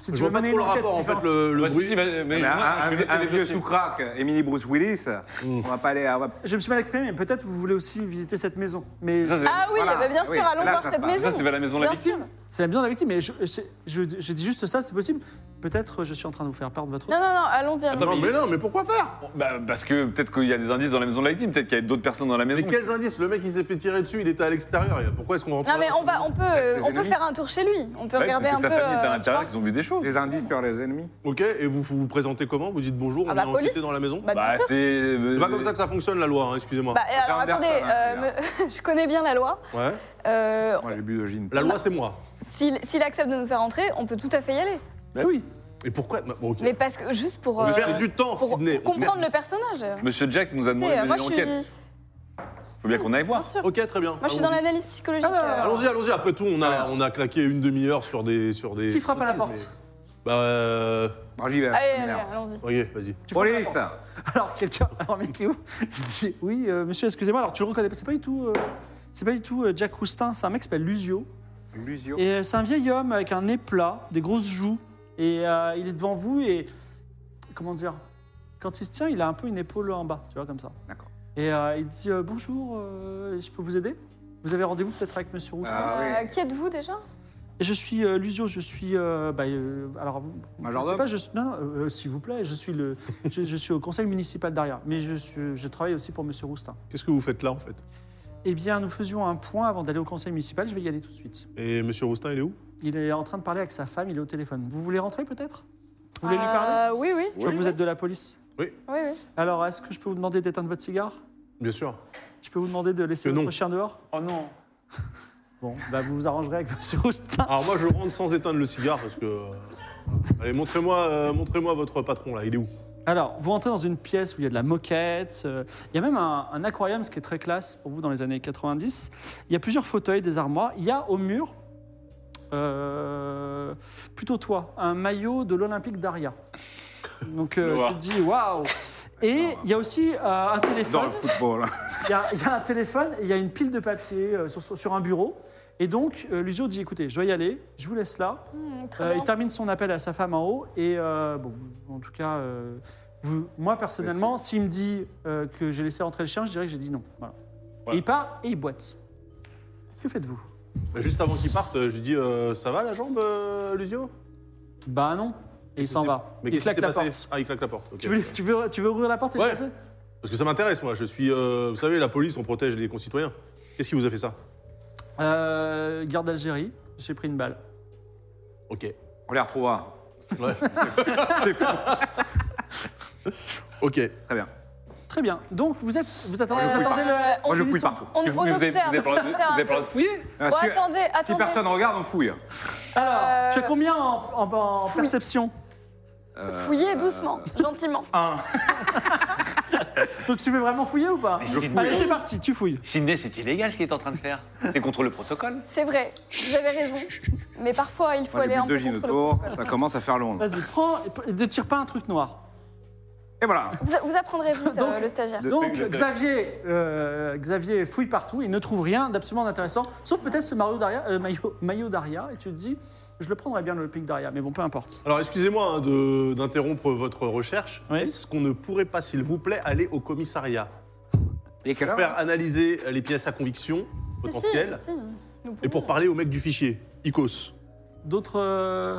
Speaker 1: Si
Speaker 3: Je vois pas
Speaker 1: mener
Speaker 3: trop le
Speaker 1: une enquête
Speaker 3: rapport en fait,
Speaker 1: différente-
Speaker 3: le, le
Speaker 2: Ouais, si,
Speaker 3: bruit.
Speaker 2: si, mais- mais
Speaker 5: Mais
Speaker 2: je-
Speaker 5: un,
Speaker 2: je
Speaker 5: un-
Speaker 2: vais noter
Speaker 5: un
Speaker 2: les
Speaker 5: vieux
Speaker 2: dossiers.
Speaker 5: sous-crack, Emily Bruce Willis, on va pas aller. à...
Speaker 1: Je me suis mal exprimé, mais peut-être vous voulez aussi visiter cette maison. Mais
Speaker 2: Ça, c'est-
Speaker 4: Ah oui,
Speaker 5: Voilà.
Speaker 4: bah bien sûr,
Speaker 5: Oui,
Speaker 4: allons
Speaker 5: là,
Speaker 4: voir
Speaker 5: ça
Speaker 4: cette
Speaker 5: se passe.
Speaker 4: maison.
Speaker 2: ça, c'est vers la maison de la
Speaker 4: Bien sûr.
Speaker 2: victime.
Speaker 1: c'est la maison de la victime. Mais je, je, je- je dis juste ça, c'est possible. Peut-être je suis en train de vous faire perdre votre.
Speaker 4: Non, non, non, allons-y. allons-y.
Speaker 2: Attends,
Speaker 3: Non, mais non, mais pourquoi faire
Speaker 2: Bah, parce que peut-être qu'il y a des indices dans la maison de la victime, peut-être qu'il y a d'autres personnes dans la
Speaker 3: Mais
Speaker 2: maison.
Speaker 3: quels indices Le mec, il s'est fait tirer dessus, il était à l'extérieur. et Pourquoi est-ce qu'on rentre
Speaker 4: Non, mais on, va, on peut, euh,
Speaker 5: ses
Speaker 4: on peut
Speaker 5: ennemis.
Speaker 4: faire un tour chez lui. On peut
Speaker 2: Ouais,
Speaker 4: regarder
Speaker 2: peut-être
Speaker 4: un
Speaker 2: que
Speaker 4: peu.
Speaker 2: Sa famille est à
Speaker 4: euh, tu vois.
Speaker 2: l'intérice, ils ont vu des choses.
Speaker 5: Des indices sur les ennemis.
Speaker 3: Ok, et vous vous vous présentez comment Vous dites bonjour,
Speaker 4: Ah
Speaker 3: on
Speaker 4: bah,
Speaker 3: vient enquêter
Speaker 4: police.
Speaker 3: dans la maison
Speaker 4: Bah, bien
Speaker 2: Bah,
Speaker 4: sûr.
Speaker 2: c'est. euh,
Speaker 3: C'est pas comme ça que ça fonctionne la loi, hein, excusez-moi.
Speaker 4: Bah, et alors,
Speaker 5: Anderson,
Speaker 4: attendez,
Speaker 5: hein,
Speaker 4: euh, me- je connais bien la loi.
Speaker 3: Ouais.
Speaker 4: Euh,
Speaker 5: Moi, j'ai bu de gin.
Speaker 3: La loi, c'est moi.
Speaker 4: S'il s'il accepte de nous faire entrer, on peut tout à fait y aller.
Speaker 2: Bah oui.
Speaker 3: Et pourquoi Bah, bon, ok.
Speaker 4: Mais parce que juste pour,
Speaker 3: On
Speaker 4: euh,
Speaker 3: perd du temps,
Speaker 4: pour
Speaker 3: Sidney. on perd
Speaker 4: comprendre
Speaker 3: du-
Speaker 4: le personnage.
Speaker 2: Monsieur Jack nous a
Speaker 4: Tu sais,
Speaker 2: demandé de
Speaker 4: euh, moi,
Speaker 2: mener
Speaker 4: je suis,
Speaker 2: l'enquête.
Speaker 4: moi,
Speaker 2: Faut bien qu'on aille voir.
Speaker 4: Bien sûr.
Speaker 3: Ok, très bien.
Speaker 4: je suis dans l'analyse psychologique. euh,
Speaker 3: Allons-y, allons-y. Après tout, on a, on a claqué une demi-heure sur des, sur des.
Speaker 1: Qui frappe à la
Speaker 3: bêtises,
Speaker 1: porte
Speaker 3: mais- Bah, euh...
Speaker 5: Bon, j'y vais.
Speaker 4: Allez,
Speaker 5: je
Speaker 4: ah, allez,
Speaker 5: m'énerve.
Speaker 4: allons-y.
Speaker 3: ok, vas-y.
Speaker 1: Tu frappes à la
Speaker 5: Police
Speaker 1: porte. Alors quelqu'un, alors mec qui ouvre, il dit oui euh, monsieur excusez-moi alors tu le reconnais pas c'est pas du tout euh, c'est pas du tout euh, Jack Roustin c'est un mec qui s'appelle Lusio
Speaker 5: Lusio.
Speaker 1: et euh, c'est un vieil homme avec un nez plat des grosses joues et euh, il est devant vous et comment dire quand il se tient il a un peu une épaule en bas tu vois comme ça
Speaker 5: D'accord.
Speaker 1: et euh, il dit euh, bonjour euh, je peux vous aider vous avez rendez-vous peut-être avec monsieur Roustin
Speaker 5: Ah
Speaker 4: Euh,
Speaker 5: oui.
Speaker 4: Qui êtes-vous déjà
Speaker 1: et je suis euh, Lusio, je suis. euh, bah, euh, alors, vous- vous
Speaker 5: Majordome
Speaker 1: connaissez pas, je suis- Non, non, euh, s'il vous plaît, je suis, le, je, je suis au conseil municipal d'Aria, mais je, suis- je travaille aussi pour Monsieur Roustin.
Speaker 3: Qu'est-ce que vous faites là, en fait
Speaker 1: Eh bien, nous faisions un point avant d'aller au conseil municipal, je vais y aller tout de suite.
Speaker 3: Et Monsieur Roustin, il est où
Speaker 1: Il est en train de parler avec sa femme, il est au téléphone. Vous voulez rentrer peut-être Vous voulez lui parler
Speaker 4: Euh, Oui, oui.
Speaker 1: Je vois que vous êtes de la police.
Speaker 4: Oui, oui.
Speaker 1: Alors, est-ce que je peux vous demander d'éteindre votre cigare
Speaker 3: Bien sûr.
Speaker 1: Je peux vous demander de laisser
Speaker 3: Que non.
Speaker 1: votre chien dehors
Speaker 2: Oh non.
Speaker 1: Bon, bah, vous vous arrangerez avec Monsieur Roustin.
Speaker 3: Alors moi, je rentre sans éteindre le cigare parce que. euh, Allez, montrez-moi, euh, montrez-moi votre patron là. Il est où
Speaker 1: Alors, vous rentrez dans une pièce où il y a de la moquette, euh, il y a même un, un aquarium, ce qui est très classe pour vous dans les années 90. Il y a plusieurs fauteuils, des armoires. Il y a au mur, euh, plutôt toi, un maillot de l'Olympique d'Aria. Donc euh,
Speaker 2: Noir.
Speaker 1: tu te dis, waouh Et il y a aussi euh, un
Speaker 5: Dans
Speaker 1: téléphone.
Speaker 5: le football.
Speaker 1: Il y, a, il y a un téléphone, et il y a une pile de papier euh, sur, sur- sur un bureau. Et donc, euh, Luzio dit, écoutez, je dois y aller, je vous laisse là.
Speaker 4: Hmm, très
Speaker 1: Euh, il
Speaker 4: bien.
Speaker 1: termine son appel à sa femme en haut et euh, bon, vous- en tout cas, euh, vous- moi personnellement, s'il me dit euh, que j'ai laissé rentrer le chien, je dirais que j'ai dit non. Voilà.
Speaker 2: Voilà.
Speaker 1: Et il part et il boite. Que faites-vous
Speaker 3: Bah, Juste avant qu'il parte, je lui dis euh, ça va la jambe, euh, Lusio
Speaker 1: Bah non. Et il s'en va. il
Speaker 3: qu'est-ce qui
Speaker 1: claque
Speaker 3: s'est
Speaker 1: la
Speaker 3: passé
Speaker 1: porte.
Speaker 3: Ah, il claque la porte. ok.
Speaker 1: Tu veux, tu, veux, tu veux ouvrir la porte et
Speaker 3: Ouais.
Speaker 1: le passer
Speaker 3: Parce que ça m'intéresse, moi. Je suis, euh, vous savez, la police, on protège les concitoyens. Qu'est-ce qui vous a fait ça
Speaker 1: Euh, Guerre d'Algérie, j'ai pris une balle.
Speaker 3: Ok.
Speaker 5: On les retrouvera.
Speaker 3: Ouais.
Speaker 5: C'est fou.
Speaker 3: ok.
Speaker 5: Très bien.
Speaker 1: Très bien. Donc vous êtes, vous attendez,
Speaker 4: Euh,
Speaker 1: vous attendez
Speaker 4: euh,
Speaker 1: le.
Speaker 4: on-
Speaker 5: Moi, je
Speaker 4: on-
Speaker 5: fouille partout.
Speaker 4: On,
Speaker 2: Mais vous,
Speaker 4: on
Speaker 2: mais vous avez, vous
Speaker 4: observe,
Speaker 2: avez pas le droit de-
Speaker 4: on
Speaker 2: vous
Speaker 4: observe.
Speaker 2: avez pas le droit de fouiller
Speaker 5: Ah,
Speaker 4: Bon,
Speaker 5: si,
Speaker 4: attendez,
Speaker 5: si
Speaker 4: attendez.
Speaker 5: personne regarde, on fouille.
Speaker 1: Alors,
Speaker 4: Euh,
Speaker 1: tu as combien en, en- en perception
Speaker 5: Euh,
Speaker 4: Fouillez doucement, gentiment.
Speaker 5: Un.
Speaker 1: Donc tu veux vraiment fouiller ou pas
Speaker 2: Je fouille.
Speaker 1: Allez, c'est parti, tu fouilles.
Speaker 2: Sidney, c'est illégal ce qu'il est en train de faire. C'est contre le protocole.
Speaker 4: C'est vrai, vous avez raison. Mais parfois, il faut
Speaker 5: Moi, j'ai
Speaker 4: aller
Speaker 5: bu
Speaker 4: un
Speaker 5: deux
Speaker 4: peu
Speaker 5: gin
Speaker 4: contre le
Speaker 5: autour.
Speaker 4: protocole.
Speaker 5: Ça commence à faire long. là.
Speaker 1: Vas-y, prends, et ne tire pas un truc noir.
Speaker 5: Et voilà.
Speaker 4: Vous, vous apprendrez vite,
Speaker 1: Donc-
Speaker 4: euh, le stagiaire.
Speaker 5: De-
Speaker 1: Donc
Speaker 2: de-
Speaker 1: Xavier, euh, Xavier fouille partout, il ne trouve rien d'absolument intéressant, sauf peut-être ce Mario Daria, euh, maillot, maillot Daria, et tu te dis, Je le prendrais bien le pic d'Aria, mais bon, peu importe.
Speaker 3: Alors, excusez-moi hein, de- d'interrompre votre recherche.
Speaker 1: Oui.
Speaker 3: Est-ce qu'on ne pourrait pas, s'il vous plaît, aller au commissariat
Speaker 5: Et quelle
Speaker 3: pour faire analyser les pièces à
Speaker 4: Si,
Speaker 3: conviction
Speaker 4: si,
Speaker 3: potentielles
Speaker 4: si, nous
Speaker 3: et pour
Speaker 4: pouvons.
Speaker 3: parler au mec du fichier, Icos.
Speaker 1: D'autres. euh,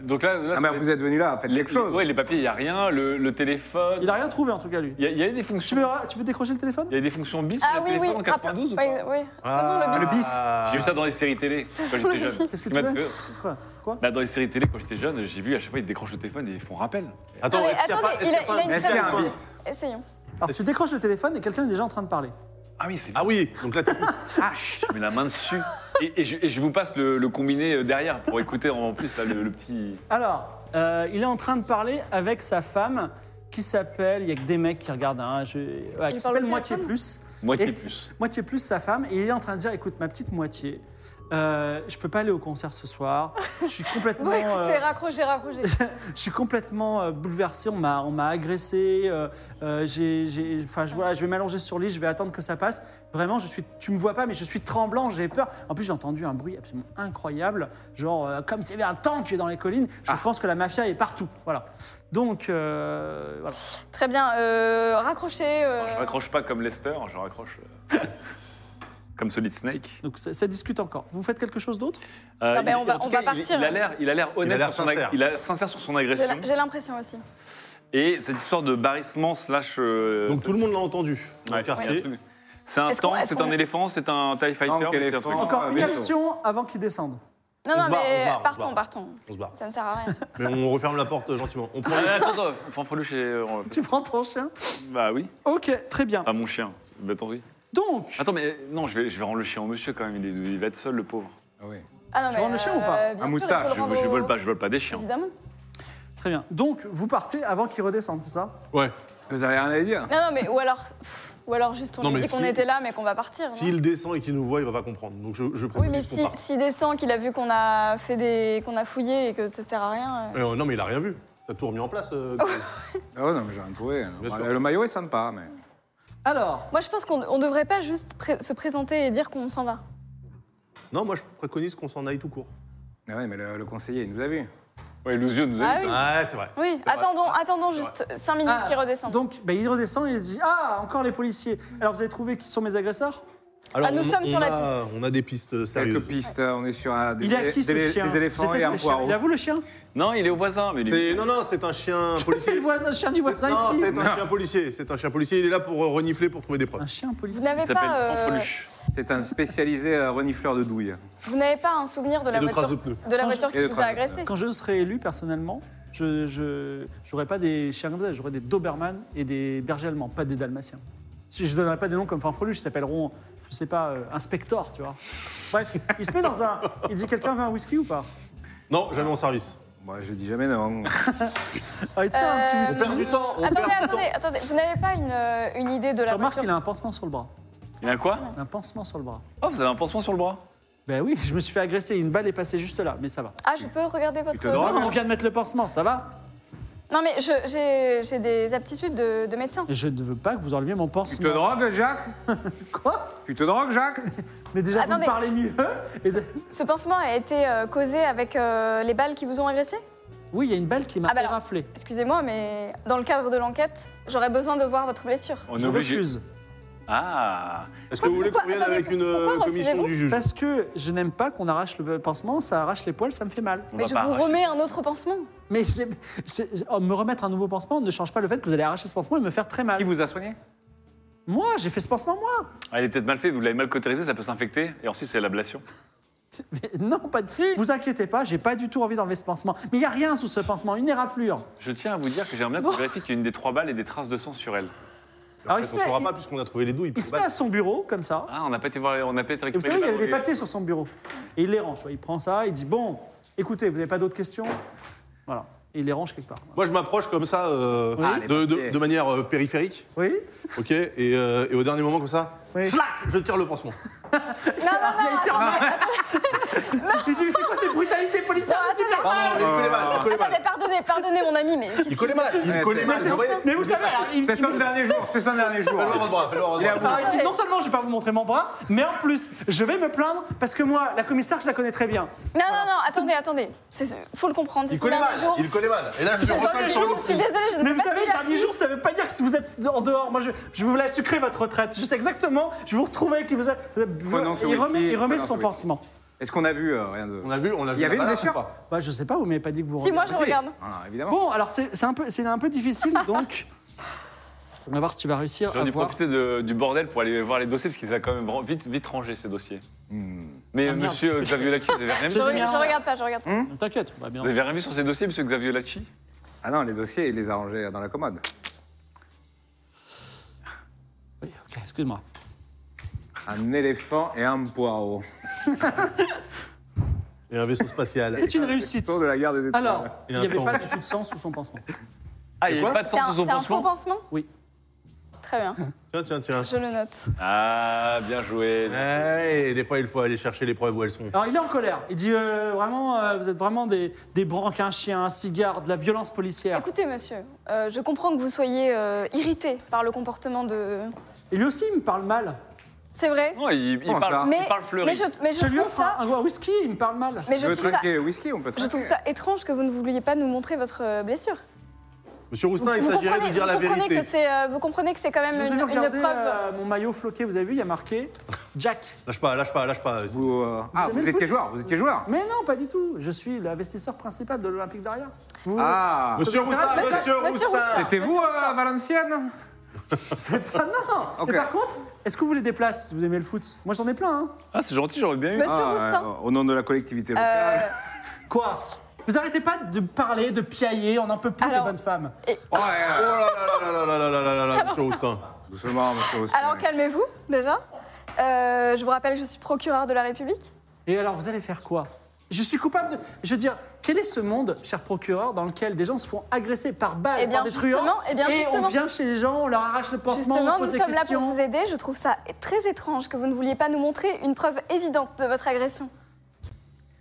Speaker 2: Donc là, là
Speaker 5: Ah, mais
Speaker 2: sur les-
Speaker 5: vous êtes venu là, faites
Speaker 2: les-
Speaker 5: quelque chose.
Speaker 2: Ouais, les papiers, il n'y a rien. Le, le téléphone.
Speaker 1: Il a rien trouvé en tout cas, lui.
Speaker 2: Il y a- il y, a des
Speaker 1: Tu
Speaker 2: fonctions.
Speaker 1: veux, tu veux décrocher le téléphone
Speaker 2: Il y a des fonctions bis sur
Speaker 4: Ah
Speaker 2: le
Speaker 4: oui, oui.
Speaker 2: téléphone en 92 ou
Speaker 4: ah,
Speaker 2: pas
Speaker 4: oui, oui.
Speaker 3: Ah,
Speaker 4: Faisons Ah. le bis.
Speaker 2: J'ai vu ça dans les séries télé quand j'étais jeune.
Speaker 1: Qu'est-ce que tu veux
Speaker 2: Parce que-
Speaker 1: Quoi Quoi
Speaker 2: Bah, dans les séries télé, quand j'étais jeune, j'ai vu à chaque fois ils décrochent le téléphone et ils font rappel.
Speaker 4: Non,
Speaker 3: Attends,
Speaker 4: mais
Speaker 3: est-ce qu'il y a pas-
Speaker 4: attendez,
Speaker 3: est-ce qu'il y a pas-
Speaker 4: il a une
Speaker 5: Mais est-ce qu'il y a un
Speaker 4: D'accord.
Speaker 5: bis
Speaker 4: Essayons.
Speaker 1: Alors tu décroches le téléphone et quelqu'un est déjà en train de parler.
Speaker 2: Ah oui, c'est
Speaker 3: Ah oui, donc là, t'es-
Speaker 5: Ah, chut
Speaker 2: Je mets la main dessus. Et, et je, et je vous passe le, le combiné euh, derrière pour écouter en plus là, le, le petit.
Speaker 1: Alors, euh, il est en train de parler avec sa femme qui s'appelle. Il y a que des mecs qui regardent. Hein, je, ouais, qui
Speaker 4: parle au
Speaker 1: s'appelle Moitié
Speaker 4: téléphone
Speaker 1: Plus.
Speaker 2: Moitié
Speaker 1: Et-
Speaker 2: plus.
Speaker 1: Moitié Plus, sa femme. Et il est en train de dire écoute, ma petite moitié, euh, je peux pas aller au concert ce soir. Je suis complètement.
Speaker 4: Bon, écoutez,
Speaker 1: euh,
Speaker 4: raccrochez, raccrochez.
Speaker 1: Je suis complètement euh, bouleversé, on m'a on m'a agressé, euh, euh, j'ai- j'ai- enfin, je, voilà, je vais m'allonger sur le lit, je vais attendre que ça passe. Vraiment, je suis, tu me vois pas, mais je suis tremblant, j'ai peur. En plus, j'ai entendu un bruit absolument incroyable, genre euh, comme s'il y avait un tank dans les collines. Je pense que la mafia est partout, voilà. Donc, euh, voilà.
Speaker 4: Très bien, euh, raccrochez. euh,
Speaker 2: Alors, je raccroche pas comme Lester, je raccroche euh, comme Solid Snake.
Speaker 1: Donc ça, ça discute encore. Vous faites quelque chose d'autre
Speaker 2: Euh,
Speaker 4: Non, mais on va-
Speaker 2: en tout
Speaker 4: on va
Speaker 2: cas, il-
Speaker 4: partir.
Speaker 2: Il, a l'air, il a l'air honnête,
Speaker 3: l'air
Speaker 2: sur son ag-
Speaker 3: sincère.
Speaker 2: il a l'air sincère sur son
Speaker 4: j'ai
Speaker 2: agression.
Speaker 4: la- J'ai l'impression aussi.
Speaker 2: Et cette histoire de barrissement slash. euh,
Speaker 3: donc tout le monde l'a entendu dans
Speaker 2: ouais,
Speaker 3: le quartier.
Speaker 2: truc. C'est un
Speaker 4: Est-ce qu'on-
Speaker 2: tank,
Speaker 4: est-ce
Speaker 2: c'est
Speaker 4: qu'on-
Speaker 2: un éléphant, c'est un TIE Fighter,
Speaker 5: Tank,
Speaker 2: c'est un
Speaker 5: éléphant.
Speaker 2: truc.
Speaker 5: Oh,
Speaker 1: Encore
Speaker 5: un
Speaker 1: une
Speaker 5: veto.
Speaker 1: action avant qu'ils descendent.
Speaker 4: Non,
Speaker 3: On
Speaker 4: non,
Speaker 3: se barre, on
Speaker 4: mais
Speaker 3: se barre, on se
Speaker 4: partons,
Speaker 3: barre.
Speaker 4: partons.
Speaker 3: On se barre.
Speaker 4: Ça ne sert à rien.
Speaker 3: Mais on referme la porte euh, gentiment. On prend-
Speaker 2: Ah, attends, attends, Fanfreluche et. euh,
Speaker 1: Tu prends ton chien
Speaker 2: Bah oui,
Speaker 1: Ok, très bien.
Speaker 2: pas mon chien. Bah tant pis.
Speaker 1: Donc,
Speaker 2: Attends, mais euh, non, je vais, je vais rendre le chien au monsieur quand même, il, est- il va être seul le pauvre.
Speaker 5: Ah oui.
Speaker 4: Ah, non,
Speaker 1: Tu
Speaker 4: mais,
Speaker 1: rends le chien ou pas
Speaker 4: bien sûr, il faut le
Speaker 5: moustache,
Speaker 2: Ah, Je,
Speaker 4: rendre
Speaker 2: je
Speaker 4: au-
Speaker 2: vole pas, je vole pas des chiens.
Speaker 4: Évidemment.
Speaker 1: très bien. Donc, vous partez avant qu'ils redescendent, c'est ça
Speaker 3: Ouais.
Speaker 5: Vous avez rien à dire
Speaker 4: Non, non, mais ou alors, pff, ou alors juste on
Speaker 3: Non,
Speaker 4: lui
Speaker 3: mais
Speaker 4: dit qu'on
Speaker 3: si-
Speaker 4: était là, mais qu'on va partir. non
Speaker 3: S'il descend et qu'il nous voit, il va pas comprendre. Donc je, je
Speaker 4: Oui,
Speaker 3: préconise
Speaker 4: mais
Speaker 3: qu'on
Speaker 4: si,
Speaker 3: parte.
Speaker 4: s'il descend, qu'il a vu qu'on a fait des, qu'on a fouillé et que ça sert à rien. euh.
Speaker 3: Euh, non, mais il a rien vu. T'as tout remis en place. euh, Gabriel.
Speaker 5: Oh non, mais j'ai rien trouvé.
Speaker 3: Bien sûr.
Speaker 5: Le maillot est sympa, mais.
Speaker 1: Alors,
Speaker 4: Moi, je pense qu'on on devrait pas juste pré- se présenter et dire qu'on s'en va.
Speaker 3: non, moi je préconise qu'on s'en aille tout court.
Speaker 5: Ah ouais, mais le, le conseiller, il nous a vus.
Speaker 2: Ouais, Lusio nous
Speaker 4: Ah
Speaker 2: a dit.
Speaker 4: oui.
Speaker 3: Ouais, c'est vrai.
Speaker 4: Oui,
Speaker 3: C'est vrai.
Speaker 4: attendons, attendons juste 5 minutes
Speaker 1: Ah,
Speaker 4: qu'il redescende.
Speaker 1: Donc, ben, il redescend et il dit Ah, encore les policiers. Alors, vous avez trouvé qui sont mes agresseurs
Speaker 3: Alors,
Speaker 4: Ah, nous
Speaker 3: on-
Speaker 4: sommes
Speaker 3: on
Speaker 4: sur la
Speaker 3: a- On a des pistes sérieuses.
Speaker 5: Quelques pistes, euh, on est sur un- des,
Speaker 1: Il a
Speaker 5: des-
Speaker 1: qui ce
Speaker 5: des-
Speaker 1: chien
Speaker 5: des éléphants et
Speaker 1: Déteste
Speaker 5: un
Speaker 1: les chiens.
Speaker 5: poireau.
Speaker 1: Il a vous le chien
Speaker 2: Non, il est au voisin, mais il est-
Speaker 3: C'est- Non, non, c'est un chien
Speaker 1: C'est le
Speaker 3: policier.
Speaker 1: voisin, le chien du voisin
Speaker 3: Non,
Speaker 1: ici.
Speaker 3: c'est un chien policier. C'est un chien policier. Il est là pour euh, renifler, pour trouver des preuves.
Speaker 1: Un chien
Speaker 4: Vous
Speaker 1: policier.
Speaker 4: n'avez
Speaker 2: il s'appelle
Speaker 4: pas, euh,
Speaker 2: Fanfreluche.
Speaker 5: C'est un spécialisé euh, renifleur de douille.
Speaker 4: vous n'avez pas un souvenir de la
Speaker 3: Et de traces de
Speaker 4: voiture,
Speaker 3: pneus.
Speaker 4: de la
Speaker 1: Non, je-
Speaker 4: voiture
Speaker 5: et
Speaker 4: qui
Speaker 5: de
Speaker 4: vous a
Speaker 5: traces de
Speaker 4: agressé
Speaker 1: Quand je serai élu personnellement, je je- j'aurai pas des chiens comme ça, j'aurai des Doberman et des bergers allemands, pas des Dalmatiens. Si je donnerai pas des noms comme Fanfreluche, ils s'appelleront, je sais pas, euh, Inspector, tu vois. Bref, il se met dans un. Il dit Quelqu'un veut un whisky ou pas
Speaker 3: Non, jamais en service.
Speaker 5: Moi, je dis jamais non.
Speaker 1: Ah, il te sert un petit
Speaker 4: Euh,
Speaker 1: whisky.
Speaker 3: On perd du temps. On
Speaker 4: Attendez,
Speaker 3: perd du temps.
Speaker 4: attendez, attendez. Vous n'avez pas une, euh, une idée de
Speaker 1: Tu
Speaker 4: la
Speaker 1: remarques
Speaker 4: voiture
Speaker 1: qu'il a un pansement sur le bras.
Speaker 2: Il a quoi
Speaker 1: Un pansement sur le bras.
Speaker 2: Oh, vous avez un pansement sur le bras
Speaker 1: Ben oui, je me suis fait agresser, une balle est passée juste là, mais ça va.
Speaker 4: Ah, je peux regarder votre.
Speaker 5: Étonnant.
Speaker 1: Oh, on vient de mettre le pansement, ça va
Speaker 4: Non, mais je- j'ai j'ai des aptitudes de, de médecin.
Speaker 1: Je ne veux pas que vous enleviez mon
Speaker 5: tu te
Speaker 1: pansement.
Speaker 5: drogues, Jacques
Speaker 1: Quoi
Speaker 5: Tu te drogues, Jacques
Speaker 1: Mais déjà, vous
Speaker 4: Attendez.
Speaker 1: me parlez mieux. Et de-
Speaker 4: Ce pansement a été euh, causé avec euh, les balles qui vous ont agressé
Speaker 1: Oui, il y a une balle qui m'a
Speaker 4: Ah bah alors.
Speaker 1: éraflé.
Speaker 4: Excusez-moi, mais dans le cadre de l'enquête, j'aurais besoin de voir votre blessure.
Speaker 2: On est
Speaker 1: Je
Speaker 2: obligé-
Speaker 1: refuse.
Speaker 2: Ah
Speaker 3: Est-ce que vous voulez qu'on
Speaker 4: Pourquoi-
Speaker 3: vienne
Speaker 4: attendez,
Speaker 3: avec une
Speaker 4: pourquoi
Speaker 3: euh, commission
Speaker 4: refusez-vous
Speaker 3: du juge
Speaker 1: Parce que je n'aime pas qu'on arrache le pansement, ça arrache les poils, ça me fait mal.
Speaker 2: on
Speaker 4: mais
Speaker 2: va
Speaker 4: je
Speaker 2: pas
Speaker 4: vous
Speaker 2: arracher.
Speaker 4: remets un autre pansement.
Speaker 1: Mais j'ai- c'est- oh, me remettre un nouveau pansement ne change pas le fait que vous allez arracher ce pansement et me faire très
Speaker 2: Qui
Speaker 1: mal.
Speaker 2: vous a soigné
Speaker 1: Moi, j'ai fait ce pansement, moi.
Speaker 2: Ah, il est peut-être mal fait, vous l'avez mal cautérisé, ça peut s'infecter, et ensuite c'est l'ablation.
Speaker 1: Mais non, pas du- Vous inquiétez pas, j'ai pas du tout envie d'enlever ce pansement. Mais il y a rien sous ce pansement, une éraflure.
Speaker 2: Je tiens à vous dire que j'aimerais bien qu'on vérifie qu'il y a une des trois balles et des traces de sang sur elle.
Speaker 1: Alors,
Speaker 3: En
Speaker 1: il
Speaker 3: fait,
Speaker 1: se
Speaker 3: On
Speaker 1: met-
Speaker 3: saura
Speaker 1: il-
Speaker 3: pas puisqu'on a trouvé les douilles.
Speaker 1: Il se met à son bureau, comme ça.
Speaker 2: Ah, on n'a pas été voir, on n'a pas été
Speaker 1: Et vous savez,
Speaker 2: récupérer
Speaker 1: il y avait
Speaker 2: les
Speaker 1: des
Speaker 2: balles,
Speaker 1: papiers sur son bureau. Et il les range. tu vois. Il prend ça, il dit Bon, écoutez, vous n'avez pas d'autres questions Voilà. Et il les range quelque part.
Speaker 3: Moi, je m'approche comme ça, euh,
Speaker 1: Ah,
Speaker 5: les
Speaker 3: de, de-
Speaker 5: papiers.
Speaker 3: de manière euh, périphérique,
Speaker 1: Oui
Speaker 3: ok, et, euh, et au dernier moment comme ça,
Speaker 1: Oui.
Speaker 3: flac, je tire le pansement.
Speaker 4: Non, non, non,
Speaker 1: Il dit Mais c'est quoi cette brutalité policière
Speaker 4: attendez.
Speaker 3: Ah, on les colle les balles, on les colle les
Speaker 4: non, mais pardonnez, pardonnez mon ami, mais.
Speaker 3: Il connaît mal, il
Speaker 5: Ouais,
Speaker 3: connaît
Speaker 5: c'est-
Speaker 3: mal, vous voyez
Speaker 1: Mais vous savez, alors, il-
Speaker 5: C'est
Speaker 1: il-
Speaker 5: son dernier jour, c'est son dernier jour.
Speaker 3: Fais-le à votre bras, fais-le à votre
Speaker 5: Il est
Speaker 3: bras.
Speaker 5: à bout.
Speaker 1: paraît-il, non seulement je vais pas vous montrer mon bras, mais en plus, je vais me plaindre parce que moi, la commissaire, je la connais très bien.
Speaker 4: Non, non, non, attendez, attendez. C'est- Faut le comprendre, c'est
Speaker 3: Il
Speaker 4: son
Speaker 3: connaît
Speaker 4: dernier
Speaker 3: mal,
Speaker 4: jour.
Speaker 3: il connaît mal. Et là, je
Speaker 4: C'est
Speaker 3: me
Speaker 4: son dernier
Speaker 3: retourne sur
Speaker 4: jour, je
Speaker 3: l'autre.
Speaker 4: suis désolée, je ne
Speaker 1: Mais
Speaker 4: sais
Speaker 1: vous
Speaker 4: pas
Speaker 1: savez,
Speaker 4: si
Speaker 1: le
Speaker 4: il a-
Speaker 1: dernier jour, ça veut pas dire que si vous êtes en dehors. Moi, je, je voulais sucrer votre retraite. Je sais exactement, je vous retrouvais qui vous a. vous-
Speaker 5: Prenons ce
Speaker 1: il remet,
Speaker 5: whisky,
Speaker 1: il remet
Speaker 5: prenons
Speaker 1: son
Speaker 5: ce whisky.
Speaker 1: pansement.
Speaker 5: Est-ce qu'on a vu euh, rien de.
Speaker 3: On l'a vu, on l'a
Speaker 5: Il
Speaker 3: vu.
Speaker 5: y avait une
Speaker 3: là-bas,
Speaker 5: blessure
Speaker 3: ou pas
Speaker 1: Bah, je sais pas, vous m'avez pas dit que vous
Speaker 4: Si, moi je
Speaker 1: regardiez.
Speaker 4: regarde.
Speaker 5: Voilà, évidemment.
Speaker 1: Bon, alors c'est c'est un, peu- c'est un peu difficile, donc. On va voir si tu vas réussir à
Speaker 2: J'aurais dû
Speaker 1: voir.
Speaker 2: profiter de- du bordel pour aller voir les dossiers, parce qu'ils a quand même ran- vite, vite rangé ces dossiers.
Speaker 5: Hmm.
Speaker 2: Mais
Speaker 1: Ah, merde,
Speaker 2: monsieur
Speaker 1: qu'est-ce que je
Speaker 2: Xavier Lacci, vous avez rien
Speaker 4: Je,
Speaker 2: vu
Speaker 1: les ai mis
Speaker 4: je
Speaker 1: en-
Speaker 4: regarde pas, je regarde pas.
Speaker 1: T'inquiète, on va bien.
Speaker 2: Vous avez rien vu sur ces dossiers, monsieur Xavier Lacci
Speaker 5: Ah non, les dossiers, il les a rangés dans la commode.
Speaker 1: Oui, ok, excuse-moi.
Speaker 5: Un éléphant et un poireau.
Speaker 3: Et un vaisseau spatial.
Speaker 1: C'est une réussite.
Speaker 5: Tour de la guerre des étoiles.
Speaker 1: Alors,
Speaker 3: Et
Speaker 1: il
Speaker 3: un
Speaker 1: n'y avait
Speaker 3: temps.
Speaker 1: pas du tout de sang sous son pansement.
Speaker 2: Ah, il n'y
Speaker 3: quoi
Speaker 2: avait pas de
Speaker 4: C'est
Speaker 2: sang
Speaker 4: un,
Speaker 2: sous son
Speaker 4: c'est un faux
Speaker 2: pansement
Speaker 4: pansement
Speaker 1: Oui.
Speaker 4: Très bien,
Speaker 3: Tiens, tiens, tiens.
Speaker 4: je le note.
Speaker 2: Ah, bien joué.
Speaker 3: Ouais, des fois, il faut aller chercher les preuves où elles sont.
Speaker 1: Alors, il est en colère. Il dit euh, vraiment, euh, vous êtes vraiment des, des branques, un chien, un cigare, de la violence policière.
Speaker 4: Écoutez, monsieur, euh, je comprends que vous soyez euh, irrité par le comportement de.
Speaker 1: Et lui aussi, il me parle mal.
Speaker 4: C'est vrai.
Speaker 2: Non, il, il
Speaker 5: Comment ça
Speaker 1: Ah,
Speaker 2: parle, il
Speaker 4: Mais,
Speaker 2: parle fleuri.
Speaker 4: mais je, mais je
Speaker 1: Je lui
Speaker 4: trouve
Speaker 1: offre
Speaker 4: ça.
Speaker 1: un, un whisky, il me parle mal.
Speaker 4: Mais
Speaker 5: Je
Speaker 4: je
Speaker 5: veux
Speaker 4: trouve ça,
Speaker 5: trinquer le whisky, on peut
Speaker 4: je
Speaker 5: trinquer.
Speaker 4: trouve ça étrange que vous ne vouliez pas nous montrer votre euh, blessure.
Speaker 3: Monsieur Roustin, il
Speaker 4: vous
Speaker 3: s'agirait de
Speaker 4: comprenez,
Speaker 3: dire la
Speaker 4: vous comprenez
Speaker 3: vérité.
Speaker 4: que c'est, euh, vous comprenez que c'est quand même
Speaker 1: Je vous
Speaker 4: une,
Speaker 1: ai vu
Speaker 4: une
Speaker 1: regarder
Speaker 4: preuve.
Speaker 1: euh, mon maillot floqué, vous avez vu, il y a marqué Jack.
Speaker 3: Lâche pas, lâche pas, lâche pas.
Speaker 5: Vous, euh, Ah,
Speaker 1: aimez
Speaker 5: vous
Speaker 1: le foot
Speaker 5: étiez joueur, vous étiez joueur.
Speaker 1: Mais non, pas du tout. Je suis l'investisseur principal de l'Olympique d'Aria. Vous-
Speaker 5: Ah
Speaker 3: Monsieur Roustin,
Speaker 4: Monsieur-
Speaker 3: monsieur
Speaker 4: Monsieur
Speaker 3: Roustin.
Speaker 5: C'était vous à Valenciennes
Speaker 1: Ah, C'est pas non.
Speaker 5: Ok.
Speaker 1: Mais par contre, est-ce que vous voulez des places si Vous aimez le foot Moi, j'en ai plein. hein.
Speaker 2: Ah, c'est gentil, j'aurais bien eu.
Speaker 4: Monsieur Roustin.
Speaker 5: Ah, ouais, Au nom de la collectivité
Speaker 4: euh,
Speaker 5: locale.
Speaker 1: Quoi Vous arrêtez pas de parler, de piailler. On n'en peut plus
Speaker 4: Alors-
Speaker 1: des bonnes femmes.
Speaker 5: Ouais,
Speaker 3: Oh
Speaker 5: ouais,
Speaker 3: là là là là là là là là là là, monsieur Roustin.
Speaker 5: doucement, monsieur Roustin.
Speaker 4: alors calmez-vous déjà. Euh, je vous rappelle, je suis procureur de la République.
Speaker 1: Et alors, vous allez faire quoi Je suis coupable de. Je veux dire, quel est ce monde, cher procureur, dans lequel des gens se font agresser par balles,
Speaker 4: Eh bien,
Speaker 1: par des truands
Speaker 4: justement, eh bien,
Speaker 1: et on
Speaker 4: justement.
Speaker 1: vient chez les gens, on leur arrache le pansement,
Speaker 4: Justement,
Speaker 1: on
Speaker 4: nous
Speaker 1: pose des
Speaker 4: sommes là pour
Speaker 1: questions.
Speaker 4: vous aider. Je trouve ça très étrange que vous ne vouliez pas nous montrer une preuve évidente de votre agression.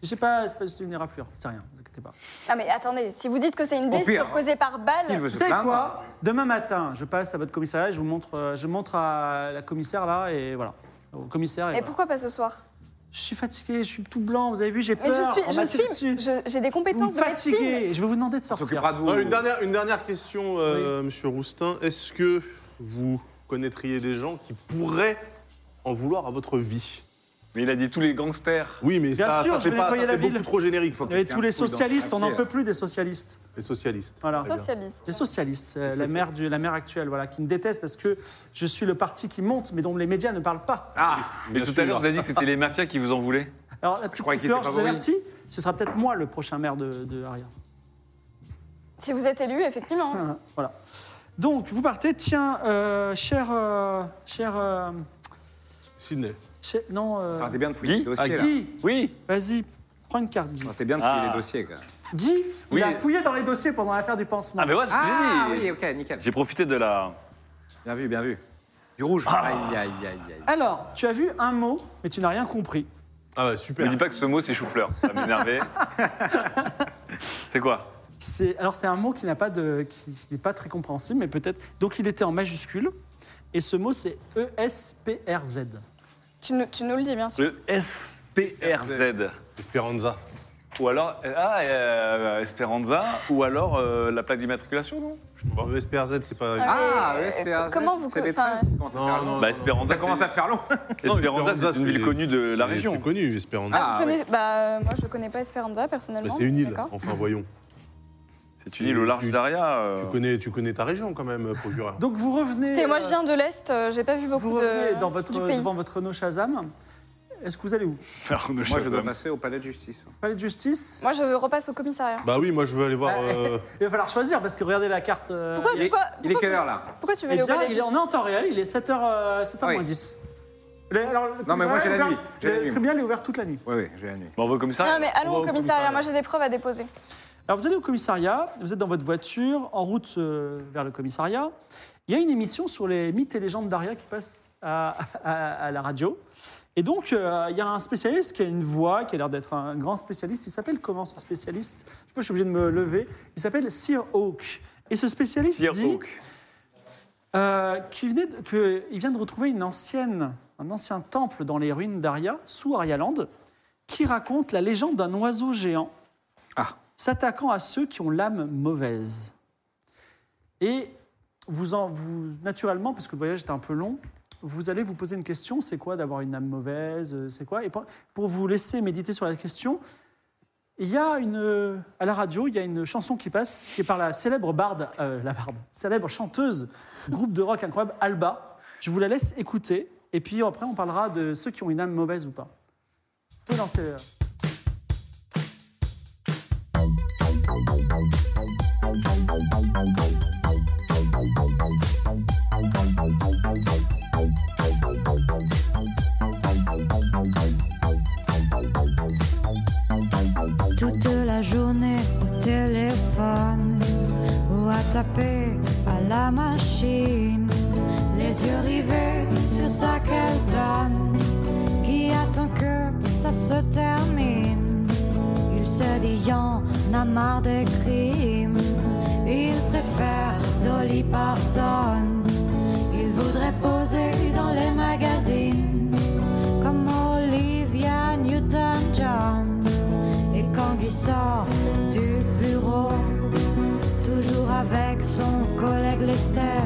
Speaker 1: Je sais pas, c'est pas c'est une éraflure, c'est rien, ne vous inquiétez pas.
Speaker 4: Ah mais attendez, si vous dites que c'est une
Speaker 5: pire,
Speaker 4: blessure
Speaker 5: hein.
Speaker 4: causée par balle,
Speaker 5: S'il veut
Speaker 1: Vous
Speaker 5: se
Speaker 1: savez
Speaker 5: plaindre.
Speaker 1: quoi Demain matin, je passe à votre commissariat, je vous montre, euh, je montre à la commissaire là et voilà. Au commissaire. Et
Speaker 4: mais
Speaker 1: voilà.
Speaker 4: pourquoi pas ce soir
Speaker 1: Je suis fatigué, je suis tout blanc, vous avez vu, j'ai
Speaker 4: Mais
Speaker 1: peur.
Speaker 4: je
Speaker 1: on
Speaker 4: suis,
Speaker 1: m'a
Speaker 4: je
Speaker 1: tiré
Speaker 4: suis,
Speaker 1: dessus.
Speaker 4: je- j'ai des
Speaker 1: Vous me
Speaker 4: compétences de médecine.
Speaker 1: fatiguez, je vais vous demander de
Speaker 5: On
Speaker 1: sortir.
Speaker 5: s'occupera de vous.
Speaker 3: Non, Ah, une, dernière, une dernière question, euh, monsieur Roustin. Est-ce que vous connaîtriez des gens qui pourraient en vouloir à votre vie
Speaker 2: Mais il a dit tous les gangsters.
Speaker 3: Oui, mais
Speaker 1: Bien
Speaker 3: ça,
Speaker 1: sûr,
Speaker 3: ça
Speaker 1: je
Speaker 3: fait
Speaker 1: vais
Speaker 3: pas,
Speaker 1: nettoyer
Speaker 3: ça
Speaker 1: la
Speaker 3: fait
Speaker 1: ville.
Speaker 3: beaucoup trop générique.
Speaker 5: Faut-
Speaker 1: Et tous les
Speaker 5: Quelqu'un fouille dans
Speaker 1: socialistes,
Speaker 5: son
Speaker 1: on n'en
Speaker 5: papier,
Speaker 1: peut
Speaker 5: là.
Speaker 1: plus des socialistes.
Speaker 3: Les socialistes.
Speaker 1: Voilà.
Speaker 4: Socialiste.
Speaker 1: Les socialistes, euh, la mère du, la mère actuelle, voilà, qui me déteste parce que je suis le parti qui monte, mais dont les médias ne parlent pas.
Speaker 2: Ah, mais
Speaker 3: Bien
Speaker 2: tout
Speaker 3: sûr.
Speaker 2: à l'heure, vous avez dit que c'était les mafias qui vous en voulaient.
Speaker 1: Alors, la petite
Speaker 5: croyais qu'il
Speaker 1: couleur,
Speaker 5: était
Speaker 1: je vous
Speaker 5: favori.
Speaker 1: avertis, ce sera peut-être moi le prochain maire de, de Aria.
Speaker 4: Si vous êtes élu, effectivement.
Speaker 1: Ah, Voilà. Donc, vous partez. Tiens, euh, cher, euh, cher, euh,
Speaker 3: Sydney.
Speaker 1: cher- non, euh,
Speaker 5: Ça aurait été bien de fouiller
Speaker 2: Guy
Speaker 5: les dossiers, là. Oh,
Speaker 1: Guy,
Speaker 2: Oui.
Speaker 1: vas-y, prends une carte, Guy.
Speaker 5: Ça aurait été bien de fouiller
Speaker 2: Ah.
Speaker 5: les dossiers, quoi.
Speaker 1: Guy,
Speaker 2: Oui.
Speaker 1: il a fouillé dans les dossiers pendant l'affaire du pansement.
Speaker 2: Ah, mais ouais, c'est
Speaker 5: Ah
Speaker 2: ce que j'ai
Speaker 5: oui,
Speaker 2: dit.
Speaker 5: ok, nickel.
Speaker 2: J'ai profité de la.
Speaker 5: Bien vu, bien vu. Du rouge.
Speaker 3: Ah.
Speaker 5: Aïe, aïe, aïe, aïe.
Speaker 1: Alors, tu as vu un mot, mais tu n'as rien compris.
Speaker 3: Ah ouais,
Speaker 2: Ne
Speaker 3: super.
Speaker 2: dis pas que ce mot, c'est chou-fleur. Ça m'énervait. c'est quoi
Speaker 1: C'est- alors c'est un mot qui n'a pas de, qui n'est pas très compréhensible, mais peut-être. Donc il était en majuscule, et ce mot c'est E S P R Z.
Speaker 4: Tu, nous, tu nous le dis, bien sûr.
Speaker 2: Le SPRZ.
Speaker 3: Esperanza.
Speaker 2: Ou alors. Ah, euh, Esperanza. Ou alors euh, la plaque d'immatriculation, non
Speaker 3: Le SPRZ, c'est pas.
Speaker 5: Ah,
Speaker 4: mais,
Speaker 5: le SPAZ,
Speaker 4: comment vous-
Speaker 5: C'est les
Speaker 4: enfin,
Speaker 5: 13 commence à
Speaker 3: Non,
Speaker 5: faire
Speaker 3: non,
Speaker 5: long.
Speaker 3: non.
Speaker 2: Bah, Esperanza.
Speaker 5: Ça commence
Speaker 2: c'est-
Speaker 5: à faire long.
Speaker 3: Non,
Speaker 2: Esperanza, c'est une ville
Speaker 3: c'est-
Speaker 2: connue de la
Speaker 3: c'est-
Speaker 2: région.
Speaker 3: C'est connu, Esperanza.
Speaker 4: Ah,
Speaker 5: Ah,
Speaker 4: vous
Speaker 5: oui.
Speaker 4: connaissez- Bah, moi, je ne connais pas Esperanza,
Speaker 3: Bah,
Speaker 4: personnellement.
Speaker 3: c'est une île,
Speaker 4: D'accord.
Speaker 3: enfin voyons.
Speaker 2: C'est une île au large
Speaker 3: Tu-
Speaker 2: d'Aria. euh,
Speaker 3: Tu connais, tu connais ta région quand même, procureur.
Speaker 1: Donc vous revenez.
Speaker 4: Écoutez, moi, je
Speaker 1: euh,
Speaker 4: viens de l'Est, euh, j'ai pas vu beaucoup
Speaker 1: Vous revenez
Speaker 4: de,
Speaker 1: dans
Speaker 4: du
Speaker 1: votre,
Speaker 4: pays.
Speaker 1: devant votre no Shazam. Est-ce que vous allez où
Speaker 2: Arnaud
Speaker 5: Moi, je dois
Speaker 2: Chazam.
Speaker 5: passer au palais de justice.
Speaker 1: Palais de justice.
Speaker 4: Moi, je repasse au commissariat.
Speaker 3: Bah oui, moi je veux aller voir. euh,
Speaker 1: Ah, Il va falloir choisir parce que regardez la carte. euh,
Speaker 4: Pourquoi,
Speaker 5: Il est,
Speaker 4: pourquoi,
Speaker 5: il est
Speaker 4: pourquoi-
Speaker 5: quelle heure, là
Speaker 4: Pourquoi tu veux
Speaker 1: Eh
Speaker 4: aller au
Speaker 1: bien,
Speaker 4: palais de
Speaker 1: il est, on est en
Speaker 4: justice
Speaker 1: temps réel, il est euh, 7h, 7h
Speaker 5: Oui.
Speaker 1: 10. Le- alors, le
Speaker 5: Non, mais moi, j'ai la
Speaker 1: commissariat est
Speaker 5: nuit,
Speaker 1: ouvert-
Speaker 5: j'ai la
Speaker 1: le
Speaker 5: nuit.
Speaker 1: tribunal est ouvert toute la nuit.
Speaker 5: Oui, oui, j'ai la nuit.
Speaker 2: Bon, on va comme ça.
Speaker 4: Non, mais allons
Speaker 3: va
Speaker 4: au
Speaker 3: au
Speaker 4: commissariat,
Speaker 3: commissariat.
Speaker 4: moi, j'ai des preuves à déposer.
Speaker 1: Alors vous allez au commissariat, vous êtes dans votre voiture, en route euh, vers le commissariat. Il y a une émission sur les mythes et légendes d'Aria qui passe à, à- à la radio. Et donc, euh, il y a un spécialiste qui a une voix, qui a l'air d'être un grand spécialiste. Il s'appelle comment ce spécialiste Je sais pas, je suis obligé de me lever. Il s'appelle Sir Hawk. Et ce spécialiste
Speaker 2: Sir
Speaker 1: dit
Speaker 2: Hawk.
Speaker 1: euh, qu'il venait de- que- il vient de retrouver une ancienne, un ancien temple dans les ruines d'Aria, sous Arialand, qui raconte la légende d'un oiseau géant
Speaker 5: Ah.
Speaker 1: s'attaquant à ceux qui ont l'âme mauvaise. Et vous, en, vous, naturellement, parce que le voyage est un peu long, vous allez vous poser une question, c'est quoi d'avoir une âme mauvaise, euh, c'est quoi Et pour, pour vous laisser méditer sur la question, il y a une, euh, à la radio, il y a une chanson qui passe, qui est par la célèbre barde, euh, la barde, célèbre chanteuse, groupe de rock incroyable, Alba. Je vous la laisse écouter, et puis après on parlera de ceux qui ont une âme mauvaise ou pas. Vous pouvez lancer, euh,
Speaker 7: Toute la journée au téléphone ou à taper à la machine, les yeux rivés sur sa Kelton qui attend que ça se termine. Il se dit y en a marre des crimes, il préfère Dolly Parton. Il voudrait poser dans les magazines comme Olivia Newton-John. Et quand il sort du bureau, toujours avec son collègue Lester,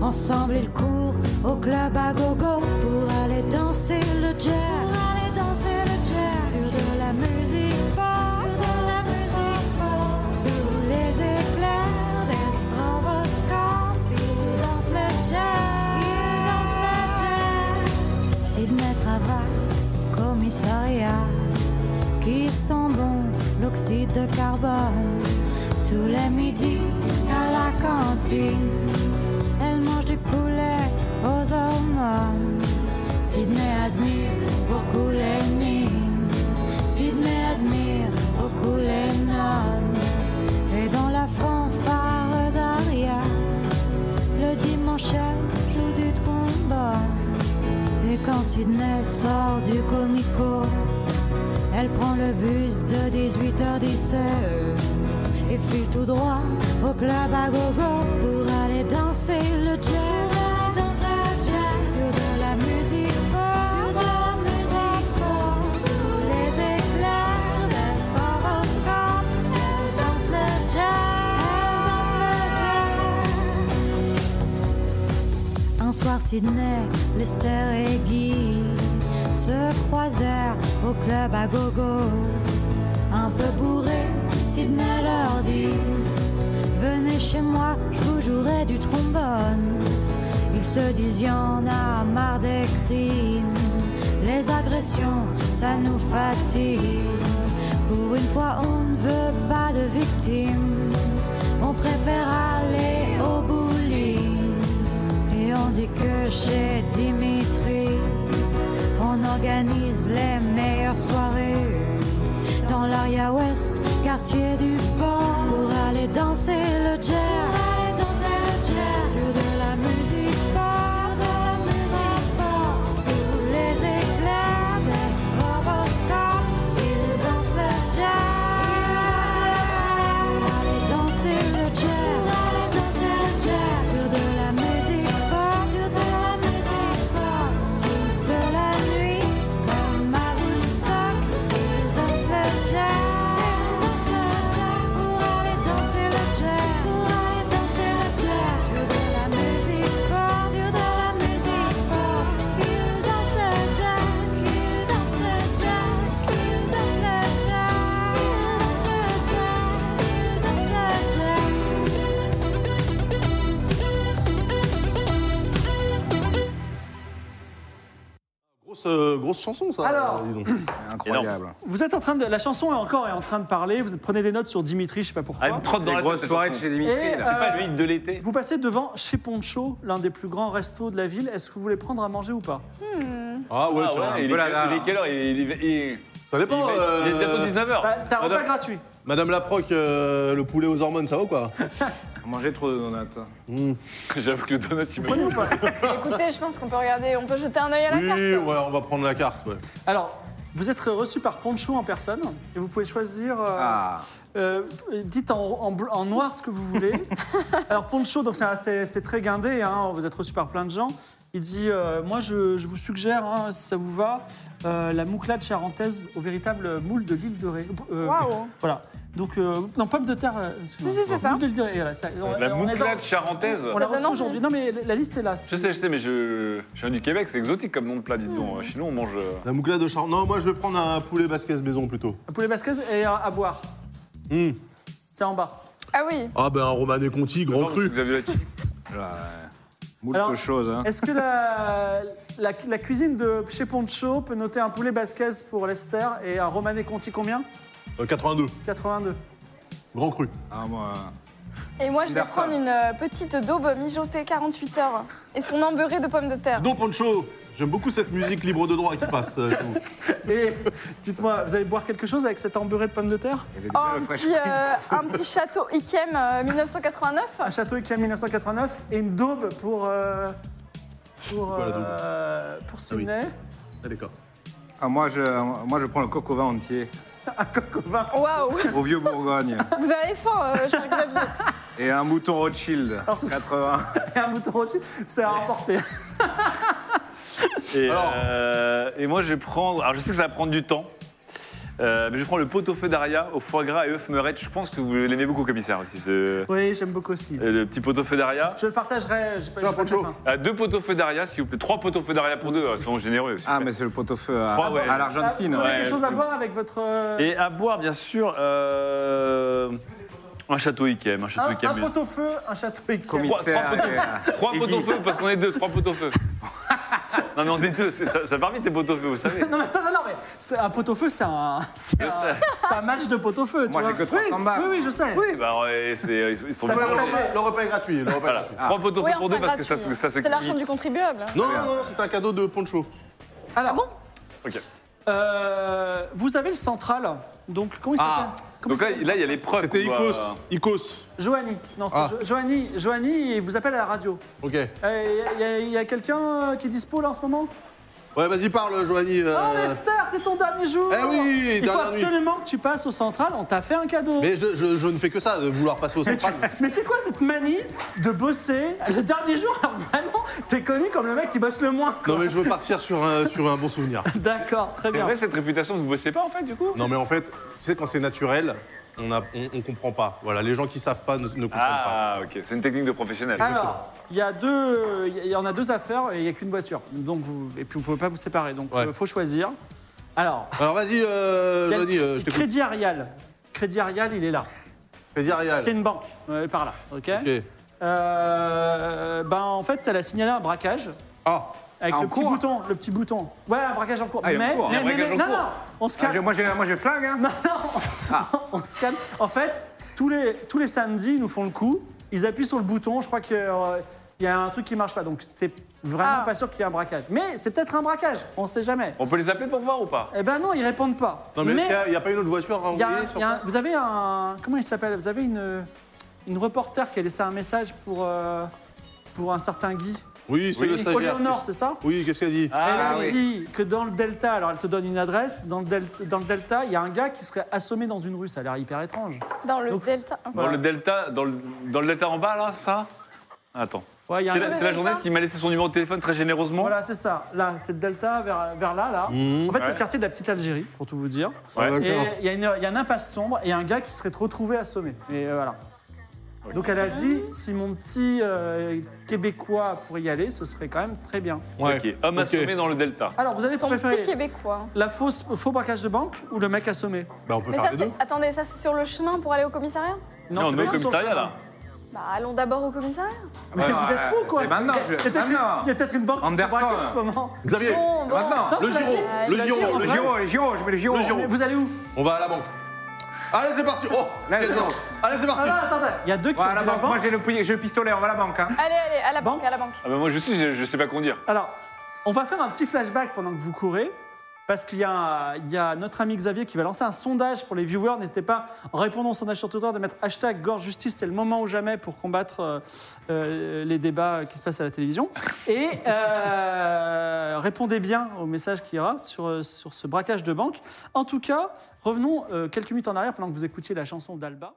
Speaker 7: ensemble ils courent au club à gogo pour aller danser le jazz. Pour aller danser le jazz. Sur de la musique pop. Sur de la musique pop. Sous les éclairs d'un stroboscope, ils dansent le jazz. Ils dansent le jazz. Sydney travaille, commissariat qui sont bons, l'oxyde de carbone. Tous les midis à la cantine, elle mange du poulet aux hormones. Sydney admire beaucoup les mines. Sydney admire beaucoup les nonnes. Et dans la fanfare d'Aria, le dimanche elle joue du trombone. Et quand Sydney sort du comico, elle prend le bus de 18h17 et file tout droit au club à gogo pour aller danser le jazz. Sur de la musique pop. Sous les éclairs d'un stroboscope, elle danse le jazz. Un soir, Sydney, Lester et Guy se croisèrent au club à gogo. Un peu bourré, Sydney leur dit Venez chez moi, je vous jouerai du trombone. Ils se disent y en a marre des crimes, les agressions, ça nous fatigue. Pour une fois, on ne veut pas de victimes, on préfère aller au bowling. Et on dit que chez Dimitri, on organise les meilleures soirées dans l'Aria Ouest, quartier du port, pour aller danser le jazz. Sur de la musique pop. Sous les éclairs d'un stroboscope, ils dansent le jazz. Allez danser le jazz. Allez danser le jazz. Sur de la musique pop. Sur de la musique pop. Toute la nuit, comme à Woodstock, ils dansent le jazz. Pour aller danser le jazz. Pour aller danser le jazz. Sur de la musique pop. Sur de la musique pop. Ils dansent le jazz. Ils dansent le jazz. Ils dansent le jazz. Ils dansent le jazz. Ils dansent le jazz.
Speaker 3: Grosse, euh, grosse chanson, ça. euh,
Speaker 1: Alors.
Speaker 3: dis donc.
Speaker 5: Incroyable.
Speaker 1: Vous êtes en train de. La chanson est encore est en train de parler. Vous prenez des notes sur Dimitri, je sais pas pourquoi.
Speaker 2: Ah, elle me trotte dans
Speaker 5: Des
Speaker 2: la
Speaker 5: grosses
Speaker 2: tête,
Speaker 5: soirées de Eh
Speaker 2: cette
Speaker 5: chez
Speaker 2: chanson.
Speaker 5: Dimitri.
Speaker 1: Et,
Speaker 5: là.
Speaker 1: euh,
Speaker 2: C'est pas le hit de l'été.
Speaker 1: vous passez devant chez Poncho, l'un des plus grands restos de la ville. Est-ce que vous voulez prendre à manger ou pas
Speaker 4: Hmm.
Speaker 3: Ah ouais,
Speaker 2: Ah
Speaker 3: tiens.
Speaker 2: ouais, il est-
Speaker 5: Oh là là.
Speaker 2: il est quelle heure Il est- il est- il est-
Speaker 3: Ça Ça dépend.
Speaker 2: Il est bientôt
Speaker 3: euh,
Speaker 2: 19h.
Speaker 1: Bah, T'as un repas
Speaker 3: Madame-
Speaker 1: gratuit.
Speaker 3: Madame Laproc, euh, le poulet aux hormones, ça va ou quoi
Speaker 5: On mangeait trop de donuts.
Speaker 2: J'avoue que le donut, il me.
Speaker 1: Prenez ou pas
Speaker 4: Écoutez, je pense qu'on peut regarder, on peut jeter un œil à la
Speaker 3: Oui,
Speaker 4: carte.
Speaker 3: ouais, on va prendre la carte. ouais.
Speaker 1: Alors, vous êtes reçu par Poncho en personne et vous pouvez choisir. euh,
Speaker 5: Ah,
Speaker 1: euh, dites en, en bleu- en noir ce que vous voulez. Alors, Poncho, donc c'est assez- c'est très guindé, hein, vous êtes reçu par plein de gens. Il dit euh, Moi, je, je vous suggère, hein, si ça vous va, euh, la mouclade charentaise au véritable moule de l'île de Ré. euh,
Speaker 4: Waouh.
Speaker 1: Voilà. Donc, euh, non, pomme de terre. euh, excuse-moi.
Speaker 4: Si, si, c'est ça.
Speaker 1: Moule de l'île de Ré. voilà, ça- on-
Speaker 2: La
Speaker 1: on les a-
Speaker 2: mouclade charentaise.
Speaker 1: On l'a
Speaker 4: Ça donne
Speaker 1: reçu
Speaker 4: envie.
Speaker 1: aujourd'hui. Non, mais la, la liste est là.
Speaker 2: Je sais, je sais, mais je, je viens du Québec, c'est exotique comme nom de plat, dites donc. Chez nous, on mange. euh,
Speaker 3: La mouclade de Charente. Non, moi je vais prendre un poulet basquez maison plutôt.
Speaker 1: Un poulet basquez et à, à boire.
Speaker 3: Hmm.
Speaker 1: C'est en bas.
Speaker 4: Ah oui.
Speaker 3: Ah ben un Romané Conti, grand
Speaker 2: non,
Speaker 3: cru.
Speaker 2: Vous avez la chic.
Speaker 5: Oh là, moult
Speaker 1: Alors-
Speaker 5: choses. Hein.
Speaker 1: Est-ce que la, la, la cuisine de chez Poncho peut noter un poulet basquez pour Lester et un romané Conti combien
Speaker 3: Euh, 82,
Speaker 1: 82.
Speaker 3: grand cru.
Speaker 5: Ah, moi,
Speaker 4: Et moi, je vais
Speaker 5: Versailles.
Speaker 4: prendre une euh, petite daube mijotée 48 heures et son embeurré de pommes de terre.
Speaker 3: Don Pancho, j'aime beaucoup cette musique libre de droit qui passe. euh, tout.
Speaker 1: Et dites-moi, vous allez boire quelque chose avec cette embeurrée de pommes de terre
Speaker 5: il y avait
Speaker 4: Oh,
Speaker 5: déjà
Speaker 4: un,
Speaker 5: le Fresh
Speaker 4: petit, euh,
Speaker 5: Prince.
Speaker 4: un petit château Ikem euh, 1989.
Speaker 1: Un château qui 1989 et une daube pour. euh, pour.
Speaker 3: Voilà, donc.
Speaker 1: euh, pour Sydney.
Speaker 3: Ah, D'accord.
Speaker 5: Ah, moi, je, moi, je prends le coq au vin entier,
Speaker 1: Un coq au vin.
Speaker 4: Waouh,
Speaker 5: au vieux Bourgogne.
Speaker 4: vous avez faim, euh, Charles Clavier.
Speaker 5: Et un mouton Rothschild,
Speaker 1: Alors, ce-
Speaker 5: 80.
Speaker 1: et un mouton rôti. C'est à remporter.
Speaker 2: Et,
Speaker 3: Alors.
Speaker 2: euh, et moi, je vais prendre. Alors, je sais que ça va prendre du temps. euh, mais je prends le pot au feu d'aria, au foie gras et œuf meurette. Je pense que vous l'aimez beaucoup, commissaire, aussi, ce euh,
Speaker 1: Oui, j'aime beaucoup aussi.
Speaker 2: le petit pot au feu d'aria.
Speaker 1: Je le partagerai. j'ai pas-
Speaker 3: Tiens,
Speaker 1: j'ai pas
Speaker 3: Pancho.
Speaker 1: faim.
Speaker 2: Ah, deux pots au feu d'aria, s'il vous plaît. Trois pots au feu d'aria pour deux, soyons généreux. s'il vous
Speaker 5: Ah,
Speaker 2: plaît.
Speaker 5: mais c'est le pot-au-feu à,
Speaker 2: Trois, ouais.
Speaker 5: à l'Argentine.
Speaker 1: Ah, Vous
Speaker 5: ouais.
Speaker 1: avez quelque
Speaker 2: ouais,
Speaker 1: chose à
Speaker 2: je-
Speaker 1: boire avec votre. euh,
Speaker 2: Et à boire, bien sûr, euh, un château Ikem. Un château
Speaker 1: Un,
Speaker 2: Ikem.
Speaker 1: un pot au feu, un château éclair.
Speaker 5: Commissaire.
Speaker 2: Trois- trois
Speaker 5: et, euh,
Speaker 2: Trois
Speaker 5: Iggy.
Speaker 2: potes au feu, parce qu'on est deux, trois potes au feu. non, mais on est deux, c'est- ça, ça part vite, les potes au feu, vous savez.
Speaker 1: Non, mais attends, non, non, mais c'est- un pot au feu, c'est un, c'est
Speaker 2: Je
Speaker 1: un-
Speaker 2: sais.
Speaker 1: c'est un match de pot au feu. tu
Speaker 5: Moi,
Speaker 1: vois.
Speaker 5: j'ai que
Speaker 1: Oui,
Speaker 5: 300 balles.
Speaker 1: Oui, oui, je sais.
Speaker 2: Oui, bah, ouais, c'est- ils sont- ils sont
Speaker 1: Ça
Speaker 3: Le
Speaker 1: va Ah.
Speaker 2: bien.
Speaker 1: partager.
Speaker 3: repas, le repas est gratuit. le repas est
Speaker 2: Voilà,
Speaker 3: gratuit.
Speaker 2: trois potes au
Speaker 4: Oui,
Speaker 2: feu
Speaker 4: enfin,
Speaker 2: pour deux, parce que
Speaker 4: gratuit.
Speaker 2: ça, se- ça se
Speaker 4: C'est l'argent du
Speaker 2: quitte.
Speaker 4: contribuable. hein,
Speaker 3: Non, non, non, c'est un cadeau de Poncho.
Speaker 1: Alors,
Speaker 2: Ok.
Speaker 1: euh, vous avez le central. Donc, comment il s'appelle Comment
Speaker 2: Donc là, il là, il y a l'épreuve.
Speaker 3: C'était
Speaker 2: qu'on doit-
Speaker 3: Icos. Icos.
Speaker 1: Joanie. Non, c'est
Speaker 3: Ah.
Speaker 1: Jo- Joanie. Joanie, il vous appelle à la radio. Euh,
Speaker 3: Ok.
Speaker 1: Il y a, y a quelqu'un euh, qui est dispo là en ce moment
Speaker 3: Ouais, vas-y, parle, Joanie. euh,
Speaker 1: Oh, Lester, c'est ton dernier jour
Speaker 3: Eh oui,
Speaker 1: Il faut
Speaker 3: dernière nuit.
Speaker 1: absolument que tu passes au central. On t'a fait un cadeau.
Speaker 3: Mais je, je- je ne fais que ça, de vouloir passer au
Speaker 1: Mais, tu-
Speaker 3: central.
Speaker 1: mais c'est quoi cette manie de bosser le dernier jour alors Vraiment, t'es connu comme le mec qui bosse le moins. quoi.
Speaker 3: Non, mais je veux partir sur un, sur un bon souvenir.
Speaker 1: D'accord, très
Speaker 2: C'est
Speaker 1: bien.
Speaker 2: vrai, cette réputation, vous bossez pas, en fait, du coup
Speaker 3: Non, mais en fait, tu sais, quand c'est naturel, on, a, on, on comprend pas. Voilà, les gens qui savent pas ne, ne comprennent pas.
Speaker 2: Ah, ok, c'est une technique de professionnel.
Speaker 1: Alors, il y a deux, il y en a deux affaires et il y a qu'une voiture. Donc vous, et puis vous pouvez pas vous séparer. Donc il
Speaker 3: Ouais.
Speaker 1: faut choisir. Alors,
Speaker 3: Alors, vas-y, euh,
Speaker 1: il y a le
Speaker 3: Joanie, euh, je t'écoute.
Speaker 1: Crédit Arial. Crédit Arial, il est là.
Speaker 3: Crédit Arial.
Speaker 1: C'est une banque, euh, par là, ok.
Speaker 3: Ok.
Speaker 1: Euh, ben en fait, elle a signalé un braquage.
Speaker 5: Ah,
Speaker 1: Avec
Speaker 5: Ah, en
Speaker 1: le petit
Speaker 5: cours
Speaker 1: bouton, le petit bouton. Ouais, un braquage en cours.
Speaker 5: Ah, il y a en
Speaker 1: mais,
Speaker 5: cours, hein,
Speaker 1: mais,
Speaker 5: un
Speaker 1: mais-
Speaker 2: braquage
Speaker 1: mais-
Speaker 2: en
Speaker 1: non,
Speaker 2: cours.
Speaker 1: non, on se
Speaker 5: ah,
Speaker 1: calme.
Speaker 5: j'ai- moi, j'ai moi, j'ai flingue. Hein.
Speaker 1: Non, non, on se calme. En fait, tous les, tous les samedis, ils nous font le coup. Ils appuient sur le bouton. Je crois qu'il y a un truc qui marche pas. Donc, c'est vraiment
Speaker 4: Ah.
Speaker 1: pas sûr qu'il y ait un braquage. Mais c'est peut-être un braquage. On sait jamais.
Speaker 2: On peut les appeler pour voir ou pas
Speaker 1: Eh ben non, ils répondent pas.
Speaker 3: Non, mais, est-ce qu'il n'y a, pas une autre voiture à
Speaker 1: il y a-
Speaker 3: envoyer sur
Speaker 1: il y a-
Speaker 3: place
Speaker 1: vous avez un. Comment il s'appelle Vous avez une, une reporter qui a laissé un message pour, euh, pour un certain Guy.
Speaker 3: Oui, c'est
Speaker 2: Oui.
Speaker 3: le Ah, stagiaire.
Speaker 1: Nord, c'est ça
Speaker 3: Oui, qu'est-ce qu'elle dit
Speaker 2: Ah,
Speaker 1: elle a
Speaker 5: oui.
Speaker 1: dit que dans le Delta, alors elle te donne une adresse, dans le Delta, dans le delta il y a un gars qui serait assommé dans une rue, ça a l'air hyper étrange.
Speaker 4: Dans le
Speaker 1: Donc-
Speaker 4: delta.
Speaker 2: Dans
Speaker 1: Voilà.
Speaker 2: le delta, dans le, dans le delta en bas, là, ça Attends.
Speaker 1: Ouais, il y a
Speaker 2: C'est
Speaker 1: un-
Speaker 2: la, c'est la journaliste qui m'a laissé son numéro de téléphone très généreusement.
Speaker 1: Voilà, c'est ça. Là, c'est le Delta vers, vers là, là. En fait, c'est
Speaker 2: Ouais.
Speaker 1: le quartier de la petite Algérie, pour tout vous dire.
Speaker 2: Ouais.
Speaker 3: Ah,
Speaker 1: Et
Speaker 3: d'accord.
Speaker 1: il y, a une- il y a une impasse sombre et un gars qui serait retrouvé assommé. Et euh, voilà. Donc elle a dit, si mon petit euh, Québécois pourrait y aller, ce serait quand même très bien.
Speaker 3: Ouais.
Speaker 2: Ok, homme
Speaker 3: Ok.
Speaker 2: assommé dans le delta.
Speaker 1: Alors, vous allez
Speaker 4: Son petit
Speaker 1: préférer
Speaker 4: québécois.
Speaker 1: la fausse, faux braquage de banque ou le mec assommé
Speaker 3: Bah, on peut
Speaker 4: Mais
Speaker 3: faire
Speaker 4: ça,
Speaker 3: les
Speaker 4: c'est-
Speaker 3: deux.
Speaker 4: attendez, ça c'est sur le chemin pour aller au commissariat
Speaker 2: Non,
Speaker 1: c'est
Speaker 2: mais
Speaker 1: pas
Speaker 2: au
Speaker 1: sur le
Speaker 2: commissariat,
Speaker 1: chemin.
Speaker 2: là.
Speaker 4: Bah allons d'abord au commissariat.
Speaker 1: Mais
Speaker 5: Ouais,
Speaker 1: vous
Speaker 5: ouais,
Speaker 1: êtes fou, quoi
Speaker 5: c'est maintenant,
Speaker 1: Il y a
Speaker 5: je-
Speaker 1: peut-être une-
Speaker 5: maintenant.
Speaker 1: il y a peut-être une banque qui se
Speaker 5: Anderson.
Speaker 1: braque en ce moment.
Speaker 3: Xavier,
Speaker 4: Bon,
Speaker 5: C'est
Speaker 4: bon.
Speaker 5: maintenant.
Speaker 1: Non,
Speaker 3: le
Speaker 1: cela
Speaker 3: Giro,
Speaker 1: dit-
Speaker 3: le
Speaker 1: cela dit, en
Speaker 3: Giro,
Speaker 1: vrai-
Speaker 3: le
Speaker 5: Le Giro, le Giro, je mets le Giro.
Speaker 3: Le Giro.
Speaker 1: Mais Vous allez où
Speaker 3: on va à la banque. Allez, c'est parti. Oh,
Speaker 5: Là,
Speaker 3: quel
Speaker 5: c'est
Speaker 3: genre.
Speaker 5: bon.
Speaker 3: Allez, c'est
Speaker 1: Ah
Speaker 3: parti.
Speaker 1: non, attendez, il y a deux qui
Speaker 5: Ouais,
Speaker 1: ont
Speaker 5: à la
Speaker 1: dit la
Speaker 5: banque. Moi,
Speaker 1: banque.
Speaker 5: j'ai le, pi- j'ai le pistolet, on va à la banque. Hein.
Speaker 4: Allez, allez, à la
Speaker 1: Bon.
Speaker 2: ben,
Speaker 4: banque, à la banque.
Speaker 2: Ah bah moi je suis, je, je sais pas conduire.
Speaker 1: Alors, on va faire un petit flashback pendant que vous courez. Parce qu'il y, a un- il y a notre ami Xavier qui va lancer un sondage pour les viewers. N'hésitez pas, en répondant au sondage sur Twitter, de mettre hashtag Gorge Justice, c'est le moment ou jamais pour combattre euh, euh, les débats qui se passent à la télévision. Et euh, répondez bien au message qui ira sur, euh, sur ce braquage de banque. En tout cas, revenons euh, quelques minutes en arrière pendant que vous écoutiez la chanson d'Alba.